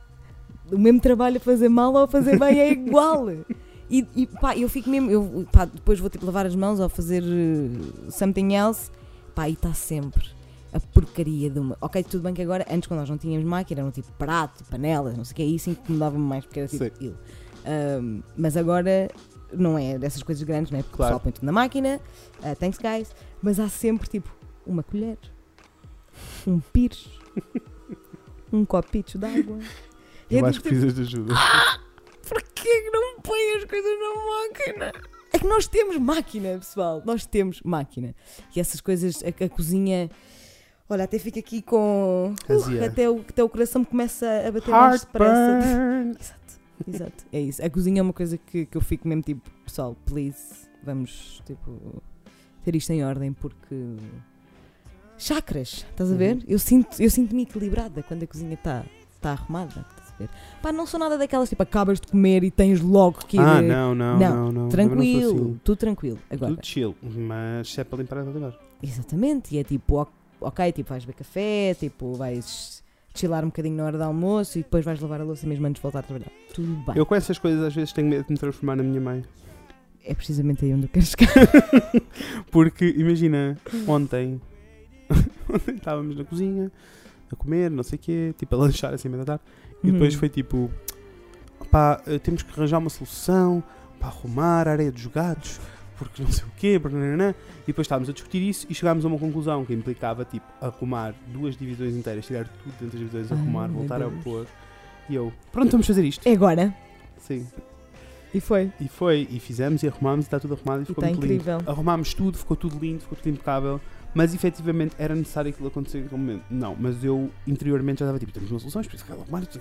Speaker 1: O mesmo trabalho a fazer mal ou a fazer bem é igual. E, e pá, eu fico mesmo. Eu, pá, depois vou tipo lavar as mãos ou fazer eh, something else. Pá, e está sempre a porcaria de uma. Ok, tudo bem que agora, antes quando nós não tínhamos máquina, eram tipo prato, panelas, não sei o que, isso incomodava-me mais porque era tipo
Speaker 2: Sim.
Speaker 1: aquilo. Ahm, mas agora não é dessas coisas grandes, não é? Porque
Speaker 2: Claro.
Speaker 1: o pessoal põe tudo na máquina, ah, thanks guys, mas há sempre tipo uma colher, um pires, um copito de água. E
Speaker 2: Eu
Speaker 1: é
Speaker 2: acho que
Speaker 1: tipo,
Speaker 2: precisas de ajuda.
Speaker 1: Porquê que não põe as coisas na máquina? É que nós temos máquina, pessoal. Nós temos máquina. E essas coisas, a, a cozinha. Olha, até fico aqui com.
Speaker 2: Azia.
Speaker 1: Uh, até, o, até o coração me começa a bater mais depressa.
Speaker 2: Heartburn. Ah,
Speaker 1: Exato, é isso. A cozinha é uma coisa que, que eu fico mesmo tipo, pessoal, please, vamos, tipo, ter isto em ordem porque. Chakras, estás a ver?
Speaker 2: Uhum.
Speaker 1: Eu sinto- eu sinto-me equilibrada quando a cozinha está tá arrumada, estás a ver? Pá, não sou nada daquelas tipo, acabas de comer e tens logo que ir.
Speaker 2: Ah,
Speaker 1: eh,
Speaker 2: não, não,
Speaker 1: Não,
Speaker 2: não, não. Também não
Speaker 1: Tranquilo,
Speaker 2: sou assim.
Speaker 1: tudo tranquilo. Agora,
Speaker 2: Tudo chill, mas se é para limpar, é para limpar.
Speaker 1: Exatamente, e é tipo, ok- ok, tipo, vais beber café, tipo, vais chilar um bocadinho na hora do almoço e depois vais lavar a louça mesmo antes de voltar a trabalhar. Tudo bem.
Speaker 2: Eu com essas coisas às vezes tenho medo de me transformar na minha mãe.
Speaker 1: É precisamente aí onde eu quero chegar.
Speaker 2: Porque, imagina, ontem ontem estávamos na cozinha a comer, não sei o quê, tipo a lanchar assim, meio da tarde, e depois
Speaker 1: Uhum.
Speaker 2: foi tipo: pá, eh, temos que arranjar uma solução para arrumar a areia dos gatos, porque não sei o quê, brananã. e depois estávamos a discutir isso e chegámos a uma conclusão que implicava tipo arrumar duas divisões inteiras, tirar tudo dentro das divisões,
Speaker 1: Ai,
Speaker 2: arrumar,
Speaker 1: meu
Speaker 2: voltar a
Speaker 1: Deus.
Speaker 2: pôr. E eu, pronto, vamos fazer isto.
Speaker 1: É agora.
Speaker 2: Sim.
Speaker 1: E foi.
Speaker 2: E foi, e fizemos, e arrumámos, e está tudo arrumado, e
Speaker 1: E
Speaker 2: ficou
Speaker 1: está
Speaker 2: muito lindo.
Speaker 1: incrível.
Speaker 2: Arrumámos tudo, ficou tudo lindo, ficou tudo impecável. Mas efetivamente era necessário aquilo acontecer naquele momento. Não, mas eu interiormente já estava tipo, temos uma solução, isto precisa arrumar, isto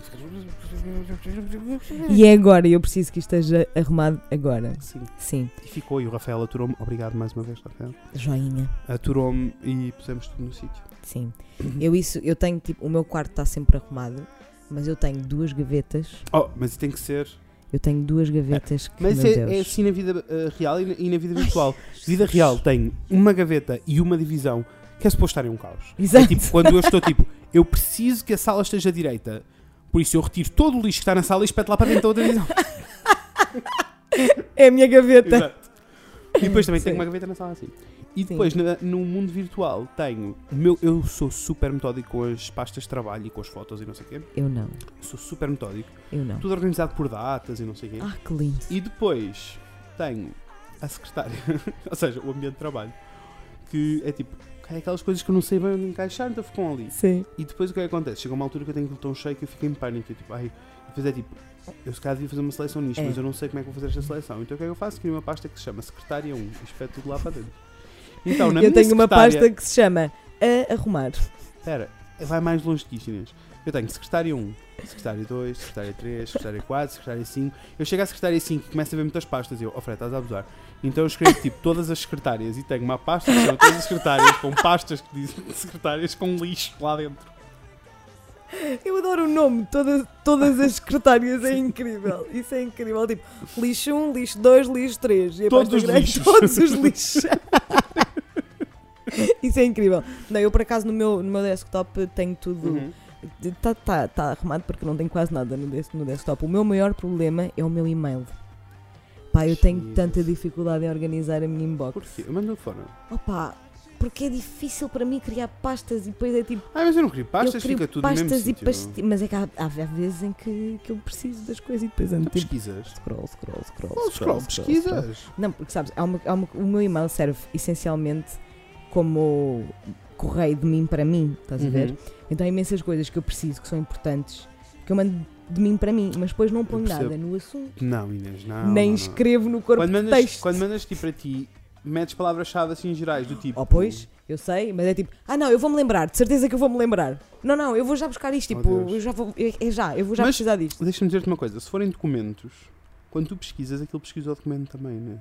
Speaker 2: Ah.
Speaker 1: E é agora, e eu preciso que isto esteja arrumado agora.
Speaker 2: Sim,
Speaker 1: Sim,
Speaker 2: e ficou. E o Rafael aturou-me, obrigado mais uma vez, Rafael.
Speaker 1: joinha.
Speaker 2: Aturou-me e pusemos tudo no sítio.
Speaker 1: Sim.
Speaker 2: Uhum.
Speaker 1: Eu isso, eu tenho tipo, o meu quarto está sempre arrumado, mas eu tenho duas gavetas.
Speaker 2: Oh, mas isso tem que ser.
Speaker 1: Eu tenho duas gavetas que,
Speaker 2: Mas
Speaker 1: meu
Speaker 2: é,
Speaker 1: Deus.
Speaker 2: é assim na vida eh, real e na, e na vida
Speaker 1: Ai,
Speaker 2: virtual. vida real tem uma gaveta e uma divisão que é suposto estar em um caos.
Speaker 1: Exato.
Speaker 2: É tipo, quando eu estou tipo, eu preciso que a sala esteja direita. Por isso eu retiro todo o lixo que está na sala e espeto lá para dentro da outra divisão.
Speaker 1: É a minha gaveta.
Speaker 2: Exato. E depois também tenho
Speaker 1: Sim.
Speaker 2: uma gaveta na sala assim. E
Speaker 1: Sim.
Speaker 2: depois na- no mundo virtual tenho. o Meu, eu sou super metódico com as pastas de trabalho e com as fotos e não sei o quê.
Speaker 1: Eu não,
Speaker 2: Sou super metódico.
Speaker 1: eu não.
Speaker 2: Tudo organizado por datas e não sei o quê.
Speaker 1: Ah, que lindo.
Speaker 2: E depois tenho a secretária, ou seja, o ambiente de trabalho, que é tipo, é aquelas coisas que eu não sei bem onde encaixar, então ficam ali.
Speaker 1: Sim.
Speaker 2: E depois o que é que acontece? Chega uma altura que eu tenho aquilo tão cheio que eu fico em pânico. Eu, tipo, ai, e depois é tipo, eu se calhar devia fazer uma seleção nisto,
Speaker 1: É.
Speaker 2: mas eu não sei como é que vou fazer esta seleção. Então o que é que eu faço? Crio uma pasta que se chama Secretária 1 e espeto tudo lá para dentro. Então, na
Speaker 1: eu
Speaker 2: minha
Speaker 1: tenho uma
Speaker 2: secretária-
Speaker 1: pasta que se chama A Arrumar.
Speaker 2: Espera, vai mais longe que isto, Inês. Eu tenho secretária 1, secretária 2, secretária 3, secretária 4, secretária 5. Eu chego à secretária 5 e começo a ver muitas pastas e eu, oh Fred, estás a abusar. Então eu escrevo tipo todas as secretárias e tenho uma pasta que chama todas as secretárias com pastas que dizem secretárias com lixo lá dentro.
Speaker 1: Eu adoro o nome, todas, todas as secretárias, é incrível. Isso é incrível. Tipo, lixo 1, lixo 2, lixo 3. E a
Speaker 2: Todos
Speaker 1: pasta
Speaker 2: os
Speaker 1: grande,
Speaker 2: lixos.
Speaker 1: Todos os lixos. Isso é incrível. Não, eu por acaso no meu, no meu desktop tenho
Speaker 2: Uhum.
Speaker 1: tudo. Está tá, tá arrumado porque não tenho quase nada no, des- no desktop. O meu maior problema é o meu e-mail. Pá, eu tenho
Speaker 2: Jesus.
Speaker 1: tanta dificuldade em organizar a minha inbox.
Speaker 2: Porquê? Eu mando fora.
Speaker 1: Opa, Porque é difícil para mim criar pastas e depois é tipo.
Speaker 2: Ah, mas eu não queria
Speaker 1: eu
Speaker 2: pastas,
Speaker 1: crio
Speaker 2: fica tudo no mesmo
Speaker 1: pastas e
Speaker 2: sítio.
Speaker 1: pastas. Mas é que há, há- há vezes em que, que eu preciso das coisas e depois ando
Speaker 2: Tu
Speaker 1: tipo.
Speaker 2: pesquisas.
Speaker 1: Scroll, scroll, scroll.
Speaker 2: Oh, scroll, pesquisas.
Speaker 1: Não, porque sabes, há uma- há uma- o meu e-mail serve essencialmente como correio de mim para mim, estás a ver?
Speaker 3: Uhum.
Speaker 1: Então há imensas coisas que eu preciso, que são importantes, que eu mando de mim para mim, mas depois não ponho
Speaker 2: percebo.
Speaker 1: nada no assunto,
Speaker 2: Não, Inês, não.
Speaker 1: nem
Speaker 2: não, não.
Speaker 1: escrevo no corpo
Speaker 2: Quando
Speaker 1: de
Speaker 2: mandas,
Speaker 1: texto.
Speaker 2: quando mandas tipo para ti, metes palavras-chave assim gerais, do tipo.
Speaker 1: Oh, pois, eu sei, mas é tipo, ah não, eu vou-me lembrar, de certeza que eu vou-me lembrar. Não, não, eu vou já buscar isto,
Speaker 2: Oh,
Speaker 1: tipo,
Speaker 2: Deus.
Speaker 1: eu já vou, é é já, eu vou já
Speaker 2: Mas-
Speaker 1: precisar disto.
Speaker 2: Deixa-me dizer-te uma coisa: se forem documentos, quando tu pesquisas, aquilo pesquisa o documento também, Inês.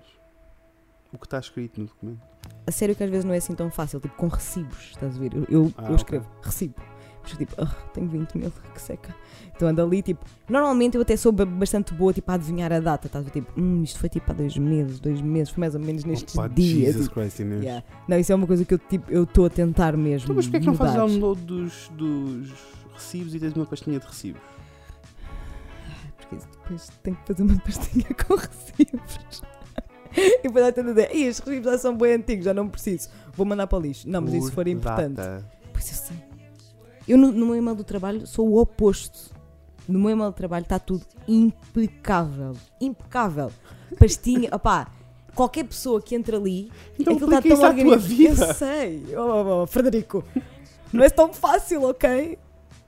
Speaker 2: O que está escrito no documento.
Speaker 1: A sério que às vezes não é assim tão fácil, tipo, com recibos, estás a ver? Eu, eu,
Speaker 2: Ah,
Speaker 1: eu
Speaker 2: ok.
Speaker 1: escrevo, recibo. Mas eu, tipo, "Ah, tenho 20 mil, que seca. Então ando ali, tipo, normalmente eu até sou ba- bastante boa, tipo, a adivinhar a data, estás a ver? Tipo, hum, isto foi tipo há dois meses, dois meses, foi mais ou menos nestes
Speaker 2: Opa,
Speaker 1: dias.
Speaker 2: Jesus
Speaker 1: tipo,
Speaker 2: Christ, Inês.
Speaker 1: yeah. Não, isso é uma coisa que eu, tipo, eu estou a tentar mesmo.
Speaker 2: Então, mas porquê é que não
Speaker 1: mudar.
Speaker 2: fazes download dos, dos recibos e tens uma pastinha de recibos?
Speaker 1: Porque isso depois tenho que fazer uma pastinha com recibos. E depois há tanta ideia, "Ih, estes recibos já são bem antigos, já não preciso. Vou mandar para o lixo. Não, mas isso
Speaker 2: Por
Speaker 1: for importante.
Speaker 2: data.
Speaker 1: Pois eu sei. Eu no, no meu e-mail do trabalho sou o oposto. No meu e-mail do trabalho está tudo impecável. Impecável. Pastinha, opá. Qualquer pessoa que entra ali,
Speaker 2: Então
Speaker 1: aquilo está
Speaker 2: aplica isso
Speaker 1: tão
Speaker 2: à tua
Speaker 1: organizado. Eu
Speaker 2: vida.
Speaker 1: sei. Oh, oh, oh, Frederico, não é tão fácil, ok?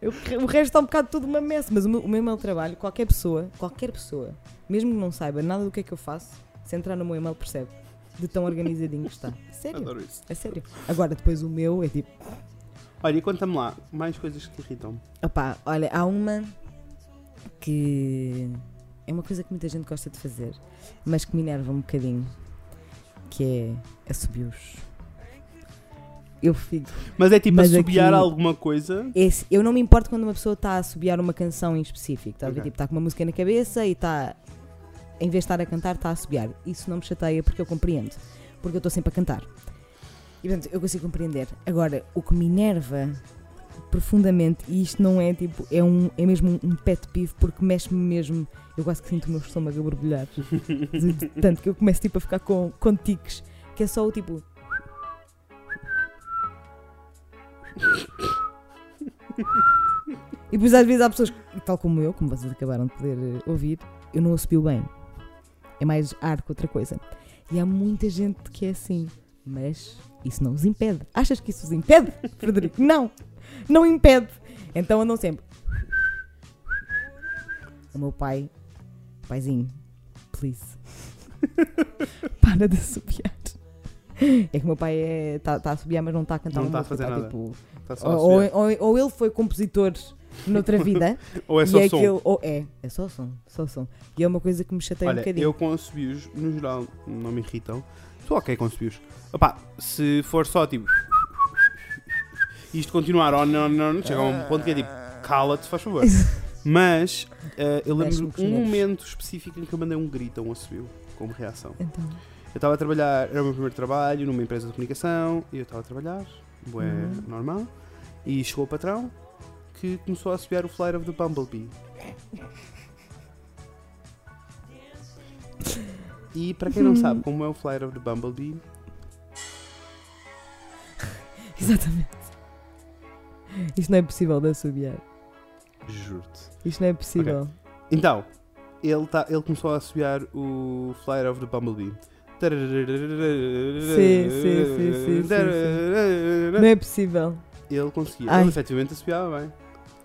Speaker 1: Eu- o resto está um bocado tudo uma messa. Mas o meu, o meu e-mail do trabalho, qualquer pessoa, qualquer pessoa, mesmo que não saiba nada do que é que eu faço, se entrar no meu e-mail percebe de tão organizadinho que está. Sério?
Speaker 2: Adoro isso.
Speaker 1: É sério. Agora, depois o meu é tipo.
Speaker 2: Olha, e conta-me lá, mais coisas que te irritam.
Speaker 1: Opá, olha, há uma que é uma coisa que muita gente gosta de fazer, mas que me enerva um bocadinho, que é assobios. Eu fico.
Speaker 2: Mas é tipo
Speaker 1: Mas
Speaker 2: assobiar
Speaker 1: aqui-
Speaker 2: alguma coisa.
Speaker 1: Esse- eu não me importo quando uma pessoa está a assobiar uma canção em específico. Está
Speaker 2: Ok.
Speaker 1: tipo, tá com uma música na cabeça e está. Em vez de estar a cantar, está a assobiar. Isso não me chateia porque eu compreendo. Porque eu estou sempre a cantar. E portanto, eu consigo compreender. Agora, o que me enerva profundamente, e isto não é tipo, é, um, é mesmo um, um pet peeve porque mexe-me mesmo. Eu quase que sinto o meu estômago a borbulhar. De- de Tanto que eu começo tipo a ficar com, com tiques. Que é só o tipo. E depois às vezes há pessoas, que, tal como eu, como vocês acabaram de poder eh, ouvir, eu não assobio bem. É mais ar que outra coisa. E há muita gente que é assim. Mas isso não os impede. Achas que isso os impede, Frederico? Não! Não impede! Então andam sempre. O meu pai, paizinho, please, para de assobiar. É que o meu pai está a assobiar, mas não está a cantar
Speaker 2: Não
Speaker 1: uma
Speaker 2: tá a
Speaker 1: música,
Speaker 2: fazer
Speaker 1: tá,
Speaker 2: nada.
Speaker 1: tipo,
Speaker 2: Está só a
Speaker 1: ou,
Speaker 2: assobiar.
Speaker 1: ou- ou ele foi compositor noutra vida
Speaker 2: Ou é
Speaker 1: e
Speaker 2: só
Speaker 1: é
Speaker 2: som.
Speaker 1: aquele. Ou é, é só som, só som. E é uma coisa que me chateia um
Speaker 2: Olha,
Speaker 1: bocadinho.
Speaker 2: eu com assobios, no geral, não me irritam. Estou ok com assobios. Opá, se for só tipo. Isto continuar on, on, on, chega a um ponto que é tipo, cala-te, faz favor. Mas eh, eu
Speaker 1: Mexe-me
Speaker 2: lembro
Speaker 1: com os
Speaker 2: um
Speaker 1: nervos.
Speaker 2: momento específico em que eu mandei um grito a um assobio, como reação.
Speaker 1: Então,
Speaker 2: Eu estava a trabalhar, era o meu primeiro trabalho numa empresa de comunicação, e eu estava a trabalhar, bué,
Speaker 1: Uhum.
Speaker 2: normal, e chegou o patrão que começou a assobiar o flyer of the Bumblebee. E para quem não sabe como é o flyer of the Bumblebee,
Speaker 1: exatamente. Isto não é possível de assobiar.
Speaker 2: juro-te.
Speaker 1: Isto não é possível.
Speaker 2: Então, ele, tá, ele começou a assobiar o flyer of the Bumblebee.
Speaker 1: sim, sim, sim, sim. Não é possível.
Speaker 2: Ele conseguia,
Speaker 1: Ai.
Speaker 2: ele efetivamente assobiava bem.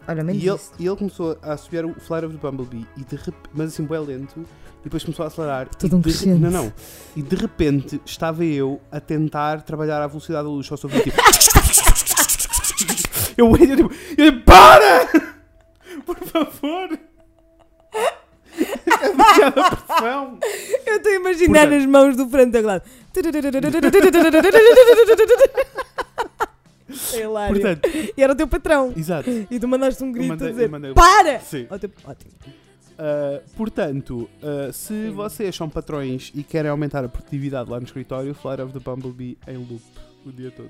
Speaker 1: Olha, menos
Speaker 2: E ele,
Speaker 1: isso.
Speaker 2: e ele começou a assobiar o Flyer of the Bumblebee, e de rep... mas assim, bem lento, e depois começou a acelerar. e
Speaker 1: Todo um
Speaker 2: de re-
Speaker 1: crescente.
Speaker 2: Não, não. E de repente estava eu a tentar trabalhar à velocidade da luz, só sobre tipo. eu olhei eu, tipo, eu, tipo, para! Por favor! É demasiada pressão!
Speaker 1: Eu estou a imaginar
Speaker 2: Portanto-
Speaker 1: as mãos do Fran Taglado. Sei lá.
Speaker 2: Portanto,
Speaker 1: E era o teu patrão.
Speaker 2: exato.
Speaker 1: E tu mandaste um grito
Speaker 2: mandei-
Speaker 1: a
Speaker 2: eu
Speaker 1: dizer:
Speaker 2: mandei um-
Speaker 1: Para!
Speaker 2: Sim.
Speaker 1: Ao teu- Ótimo.
Speaker 2: Uh, portanto, uh, se
Speaker 1: Sim.
Speaker 2: vocês são patrões e querem aumentar a produtividade lá no escritório, Flyer of the Bumblebee é em loop o dia todo.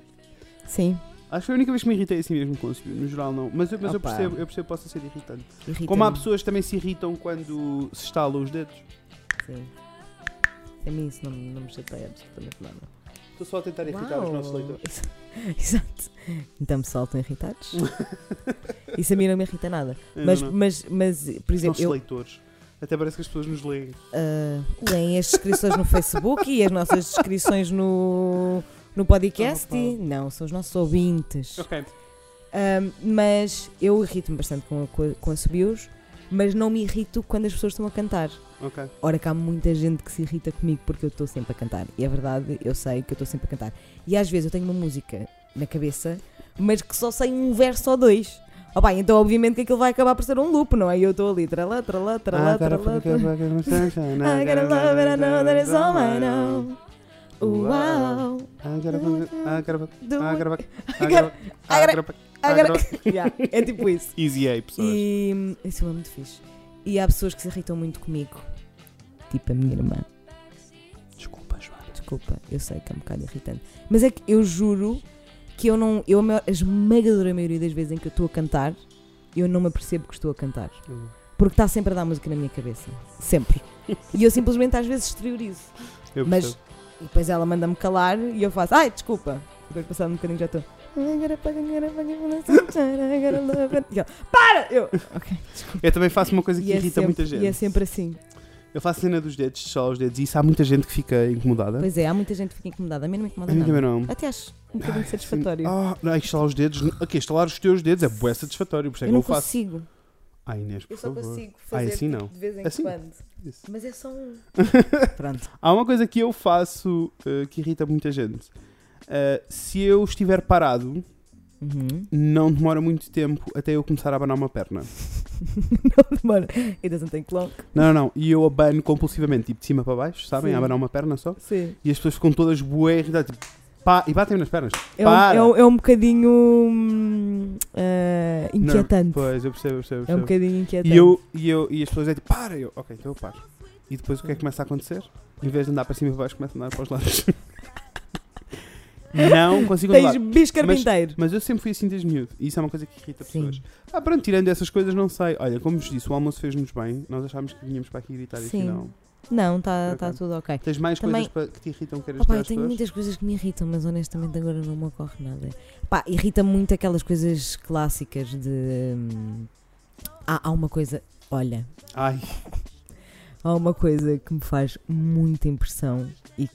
Speaker 1: Sim.
Speaker 2: Acho que foi a única vez que me irritei assim mesmo com o Subiu, no geral não. Mas, eu, mas eu
Speaker 1: Opa.
Speaker 2: percebo, eu percebo que possa ser irritante.
Speaker 1: irrita-me.
Speaker 2: Como há pessoas que também se irritam quando se estalam os dedos.
Speaker 1: Sim. A mim isso não, não me chateia absolutamente nada.
Speaker 2: Estou só a tentar irritar os nossos leitores.
Speaker 1: Exato. Então, pessoal, estão irritados? Isso a mim não me irrita nada.
Speaker 2: Ainda
Speaker 1: Mas,
Speaker 2: não.
Speaker 1: mas, mas, por
Speaker 2: Os
Speaker 1: exemplo,
Speaker 2: nossos
Speaker 1: eu
Speaker 2: leitores. Até parece que as pessoas nos leem.
Speaker 1: ah, leem as descrições no Facebook e as nossas descrições no, no podcast.
Speaker 4: Opa.
Speaker 1: e- Não, são os nossos ouvintes.
Speaker 4: Ok.
Speaker 1: Ahm, mas eu irrito-me bastante com, com, com assobios, mas não me irrito quando as pessoas estão a cantar.
Speaker 2: Ok.
Speaker 1: Ora, que há muita gente que se irrita comigo porque eu estou sempre a cantar. E é verdade, eu sei que eu estou sempre a cantar. E às vezes eu tenho uma música na cabeça, mas que só sei um verso ou dois. Oh, pá, então obviamente que aquilo vai acabar por ser um loop, não é? E eu estou ali, tralá, tralá,
Speaker 2: Ah,
Speaker 1: tralá, tralá. tralá. I gotta love it, I know that it's all I know. Uau. Do
Speaker 2: Agravac.
Speaker 1: I gotta- I gotta-
Speaker 2: Agravac.
Speaker 1: I gotta- Yeah, É tipo isso.
Speaker 2: Easy A, pessoas.
Speaker 1: E hum, isso é muito fixe. E há pessoas que se irritam muito comigo. Tipo a minha irmã.
Speaker 2: Desculpa, Joana.
Speaker 1: Desculpa, eu sei que é um bocado irritante. Mas é que eu juro que eu não. Eu, a maior- a esmagadora maioria das vezes em que eu estou a cantar, eu não me apercebo que estou a cantar. Porque está sempre a dar música na minha cabeça. Sempre. E eu simplesmente às vezes exteriorizo.
Speaker 2: Eu
Speaker 1: Mas-
Speaker 2: percebo.
Speaker 1: E depois ela manda-me calar e eu faço, ai, desculpa. Depois passado um bocadinho já estou. E ela, Para! Eu, ok, desculpa.
Speaker 2: Eu também faço uma coisa que
Speaker 1: E é
Speaker 2: irrita
Speaker 1: sempre-
Speaker 2: muita
Speaker 1: E é
Speaker 2: gente.
Speaker 1: sempre assim.
Speaker 2: Eu faço cena dos dedos, só os dedos, e isso há muita gente que fica incomodada.
Speaker 1: Pois é, há muita gente que fica incomodada. A mim não me incomoda
Speaker 2: A mim também
Speaker 1: nada.
Speaker 2: não.
Speaker 1: Até acho um bocadinho satisfatório.
Speaker 2: Ah, não, instalar os dedos. Ok, instalar os teus dedos é bué satisfatório, por isso é
Speaker 1: eu
Speaker 2: que eu
Speaker 1: não
Speaker 2: faço.
Speaker 1: consigo.
Speaker 2: Ai, Inês, por
Speaker 1: Eu só
Speaker 2: favor.
Speaker 1: consigo
Speaker 2: Ai,
Speaker 1: fazer tipo,
Speaker 2: assim não.
Speaker 1: de vez em
Speaker 2: Assim?
Speaker 1: quando.
Speaker 2: Isso.
Speaker 1: Mas é só um. Pronto.
Speaker 2: Há uma coisa que eu faço uh, que irrita muita gente. Uh, se eu estiver parado,
Speaker 1: Uhum.
Speaker 2: não demora muito tempo até eu começar a abanar uma perna.
Speaker 1: não demora. It doesn't take long.
Speaker 2: Não, não, não. E eu abano compulsivamente, tipo de cima para baixo, sabem?
Speaker 1: Sim.
Speaker 2: A abanar uma perna só.
Speaker 1: Sim.
Speaker 2: E as pessoas ficam todas bué irritadas. Tipo, pá, e batem nas pernas.
Speaker 1: É um,
Speaker 2: Para.
Speaker 1: é um, é um bocadinho. hum, ah, inquietante.
Speaker 2: Não, pois, eu percebo, eu percebo. eu
Speaker 1: é um
Speaker 2: percebo.
Speaker 1: bocadinho inquietante.
Speaker 2: E, eu, e, eu, e as pessoas é tipo, para, eu, ok, então eu paro. E depois o que é que começa a acontecer? Em vez de andar para cima e para baixo, começa a andar para os lados. não consigo
Speaker 1: Tens
Speaker 2: andar.
Speaker 1: bicho carpinteiro.
Speaker 2: Mas eu sempre fui assim desde miúdo. E isso é uma coisa que irrita
Speaker 1: Sim.
Speaker 2: pessoas. Ah, pronto, tirando essas coisas, não sei. Olha, como vos disse, o almoço fez-nos bem. Nós achámos que vinhamos para aqui irritar e
Speaker 1: Sim.
Speaker 2: afinal.
Speaker 1: Não, está
Speaker 2: Ok.
Speaker 1: tudo ok.
Speaker 2: Tens mais
Speaker 1: Também-
Speaker 2: coisas para- que te irritam que eras
Speaker 1: Opa,
Speaker 2: para
Speaker 1: eu
Speaker 2: as
Speaker 1: tenho
Speaker 2: pessoas?
Speaker 1: muitas coisas que me irritam, mas honestamente agora não me ocorre nada. Pá, irrita muito aquelas coisas clássicas de. hum, há, há uma coisa. Olha,
Speaker 2: Ai,
Speaker 1: há uma coisa que me faz muita impressão e que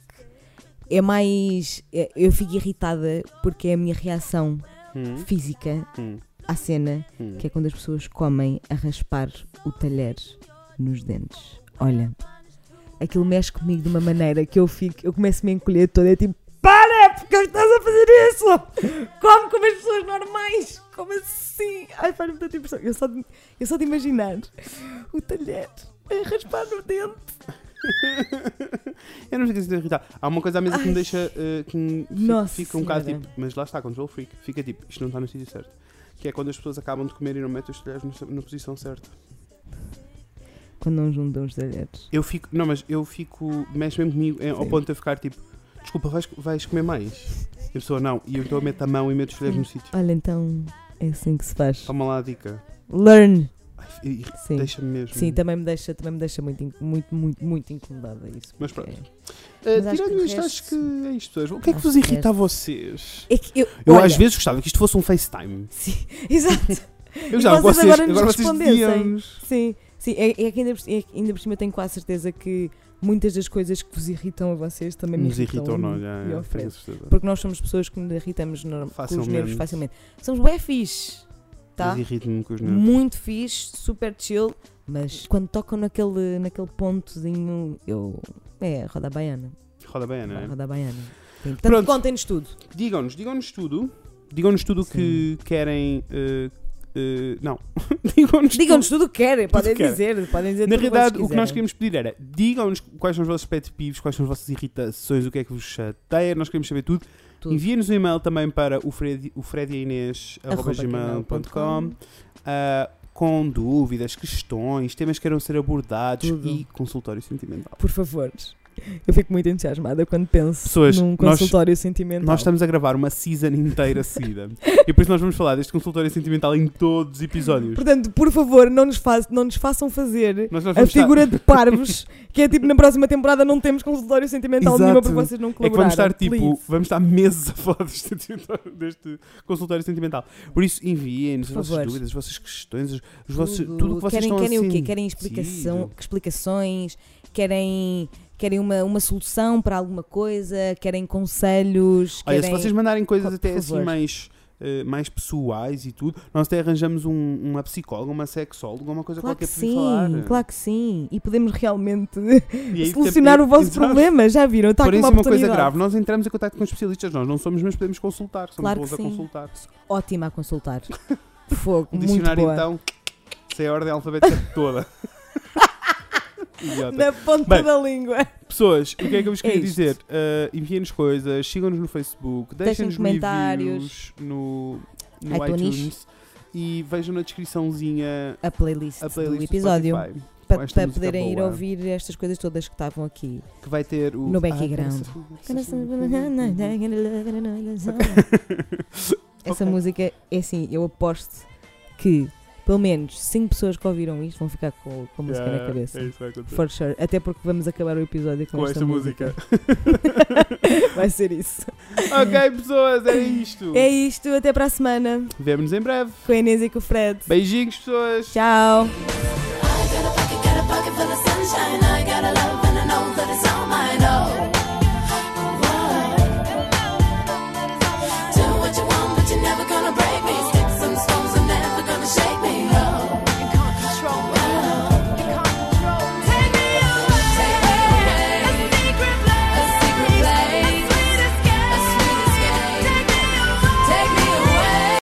Speaker 1: é mais. é- Eu fico irritada porque é a minha reação
Speaker 2: hum,
Speaker 1: física
Speaker 2: hum,
Speaker 1: à cena,
Speaker 2: hum.
Speaker 1: que é quando as pessoas comem a raspar o talher nos dentes. Olha, aquilo mexe comigo de uma maneira que eu fico. Eu começo a me encolher toda, é tipo. Para! Porque estás a fazer isso? Come como as pessoas normais! Como assim? Ai, faz-me tanta impressão. Eu só, de, eu só de imaginar o talher a raspar no dente.
Speaker 2: eu não fico assim tão irritado. Há uma coisa à mesa que
Speaker 1: Ai.
Speaker 2: me deixa. eh, que me fi-
Speaker 1: Nossa
Speaker 2: fica um bocado
Speaker 1: Senhora.
Speaker 2: tipo. Mas lá está, control freak. Fica tipo, isto não está no sítio certo. Que é quando as pessoas acabam de comer e não metem os talheres no- na posição certa.
Speaker 1: Quando não juntam os talheres.
Speaker 2: Eu fico. Não, mas eu fico. Mexe mesmo comigo eh, ao
Speaker 1: Sim.
Speaker 2: ponto de eu ficar tipo. Desculpa, vais, vais comer mais? E a pessoa não. E eu então meto a mão e meto os talheres no sítio.
Speaker 1: Olha, então é assim que se faz.
Speaker 2: Toma lá a dica.
Speaker 1: Learn!
Speaker 2: Ai, irri-
Speaker 1: Sim.
Speaker 2: Deixa-me mesmo.
Speaker 1: Sim, também me deixa, também me deixa muito, in- muito, muito, muito incomodada isso.
Speaker 2: Mas
Speaker 1: porque
Speaker 2: Eh,
Speaker 1: Mas acho
Speaker 2: tirando
Speaker 1: que o
Speaker 2: isto, acho
Speaker 1: resto-
Speaker 2: que é isto. pessoas. O que é que
Speaker 1: Acho
Speaker 2: vos
Speaker 1: que o
Speaker 2: irrita a
Speaker 1: resto-
Speaker 2: vocês?
Speaker 1: É que eu,
Speaker 2: Eu
Speaker 1: olha,
Speaker 2: às vezes gostava que isto fosse um FaceTime.
Speaker 1: Sim, exato.
Speaker 2: Eu
Speaker 1: E
Speaker 2: já,
Speaker 1: vocês
Speaker 2: vocês,
Speaker 1: agora nos
Speaker 2: agora vocês
Speaker 1: respondessem.
Speaker 2: devíamos.
Speaker 1: sim, sim. É, é que ainda, por- é que ainda por cima eu tenho quase certeza que muitas das coisas que vos irritam a vocês também me
Speaker 2: Nos irritam,
Speaker 1: a mim
Speaker 2: não, já,
Speaker 1: e
Speaker 2: já, tenho
Speaker 1: oferece.
Speaker 2: certeza.
Speaker 1: Porque nós somos pessoas que nos irritamos norm- com os
Speaker 2: Facilmente.
Speaker 1: nervos facilmente. Somos bem fixe, tá?
Speaker 2: Mas irrita-me com os nervos.
Speaker 1: Muito fixe, super chill, mas quando tocam naquele, naquele pontozinho, eu. É, roda baiana.
Speaker 2: Roda bem, não é?
Speaker 1: Roda baiana. Sim, portanto,
Speaker 2: Pronto.
Speaker 1: contem-nos tudo.
Speaker 2: Digam-nos, digam-nos tudo. Digam-nos tudo o que querem. eh, eh, não. digam-nos
Speaker 1: Digam-nos tudo o que querem, podem
Speaker 2: que querem.
Speaker 1: dizer, podem dizer
Speaker 2: Na
Speaker 1: tudo
Speaker 2: realidade,
Speaker 1: que vocês
Speaker 2: o que nós
Speaker 1: quiserem.
Speaker 2: queríamos pedir era digam-nos quais são os vossos pet peeves, quais são as vossas irritações, o que é que vos chateia, nós queremos saber tudo.
Speaker 1: Tudo.
Speaker 2: Enviem-nos um e-mail também para o Fred, o Fred e a Inês, arroba
Speaker 1: Arroba
Speaker 2: gmail.com,
Speaker 1: gmail.com.
Speaker 2: ah, com dúvidas, questões, temas que queiram ser abordados
Speaker 1: Tudo.
Speaker 2: e consultório sentimental.
Speaker 1: Por favor. Eu fico muito entusiasmada quando penso
Speaker 2: Pessoas,
Speaker 1: num
Speaker 2: nós-
Speaker 1: consultório sentimental.
Speaker 2: Nós estamos a gravar uma season inteira seguida. e por isso nós vamos falar deste consultório sentimental em todos os episódios.
Speaker 1: Portanto, por favor, não nos, faz, não nos façam fazer
Speaker 2: Nós, nós
Speaker 1: a
Speaker 2: vamos estar- é
Speaker 1: figura de parvos, que é tipo na próxima temporada não temos consultório sentimental
Speaker 2: Exato.
Speaker 1: nenhuma porque vocês não
Speaker 2: É que
Speaker 1: colaboraram.
Speaker 2: vamos estar tipo,
Speaker 1: please.
Speaker 2: vamos estar meses a falar deste, tutor- deste consultório sentimental. Por isso, enviem-nos as
Speaker 1: Por
Speaker 2: vossas
Speaker 1: favor.
Speaker 2: dúvidas, as vossas questões, os- os vossos,
Speaker 1: Tudo.
Speaker 2: tudo o que vocês
Speaker 1: querem,
Speaker 2: estão
Speaker 1: querem
Speaker 2: assim.
Speaker 1: o quê? Querem explicação,
Speaker 2: Sim.
Speaker 1: explicações, querem, querem uma, uma solução para alguma coisa, querem conselhos,
Speaker 2: Olha, se
Speaker 1: querem-
Speaker 2: vocês mandarem coisas
Speaker 1: Por
Speaker 2: até assim
Speaker 1: favor.
Speaker 2: mais, eh, mais pessoais e tudo, nós até arranjamos um- uma psicóloga, uma sexóloga, uma coisa
Speaker 1: Claro que
Speaker 2: qualquer para
Speaker 1: sim,
Speaker 2: vir falar.
Speaker 1: claro que sim. E podemos realmente
Speaker 2: E aí
Speaker 1: solucionar
Speaker 2: tem-
Speaker 1: o vosso
Speaker 2: Exato.
Speaker 1: problema, já viram? Está aqui
Speaker 2: Porém,
Speaker 1: Tá uma
Speaker 2: isso é uma coisa
Speaker 1: oportunidade.
Speaker 2: grave. Nós entramos em contato com especialistas, nós não somos, mas podemos consultar. Somos
Speaker 1: Claro que
Speaker 2: bons a
Speaker 1: sim.
Speaker 2: consultar.
Speaker 1: Ótima a consultar. Fogo,
Speaker 2: Um
Speaker 1: muito
Speaker 2: dicionário,
Speaker 1: boa.
Speaker 2: então, sem a ordem alfabética toda. Idiota.
Speaker 1: Na ponta
Speaker 2: Bem,
Speaker 1: da língua.
Speaker 2: Pessoas, o que é que eu vos
Speaker 1: É
Speaker 2: queria
Speaker 1: isto.
Speaker 2: dizer? Ah, Enviem-nos coisas, sigam-nos no Facebook,
Speaker 1: Deixem
Speaker 2: deixem-nos
Speaker 1: comentários.
Speaker 2: comentários no, no
Speaker 1: iTunes.
Speaker 2: iTunes. e vejam na descriçãozinha
Speaker 1: A playlist,
Speaker 2: a playlist
Speaker 1: do episódio.
Speaker 2: Spotify,
Speaker 1: pa-
Speaker 2: com
Speaker 1: Para,
Speaker 2: esta música
Speaker 1: poderem ir
Speaker 2: boa,
Speaker 1: ouvir estas coisas todas que estavam aqui.
Speaker 2: que vai ter o
Speaker 1: No background. Essa
Speaker 2: Ok.
Speaker 1: música é assim, eu aposto que pelo menos 5 pessoas que ouviram isto vão ficar com, com a música na cabeça.
Speaker 2: É isso que vai acontecer.
Speaker 1: For sure. Até porque vamos acabar o episódio com,
Speaker 2: Com esta música.
Speaker 1: Então Vai ser isso.
Speaker 2: ok, pessoas, era isto.
Speaker 1: É isto, até para a semana.
Speaker 2: Vemo-nos em breve.
Speaker 1: Com a Inês e com o Fred.
Speaker 2: Beijinhos, pessoas.
Speaker 1: Tchau.
Speaker 5: I got a pocket, got a pocket full of sunshine. I got a love and I know that it's all mine. Oh.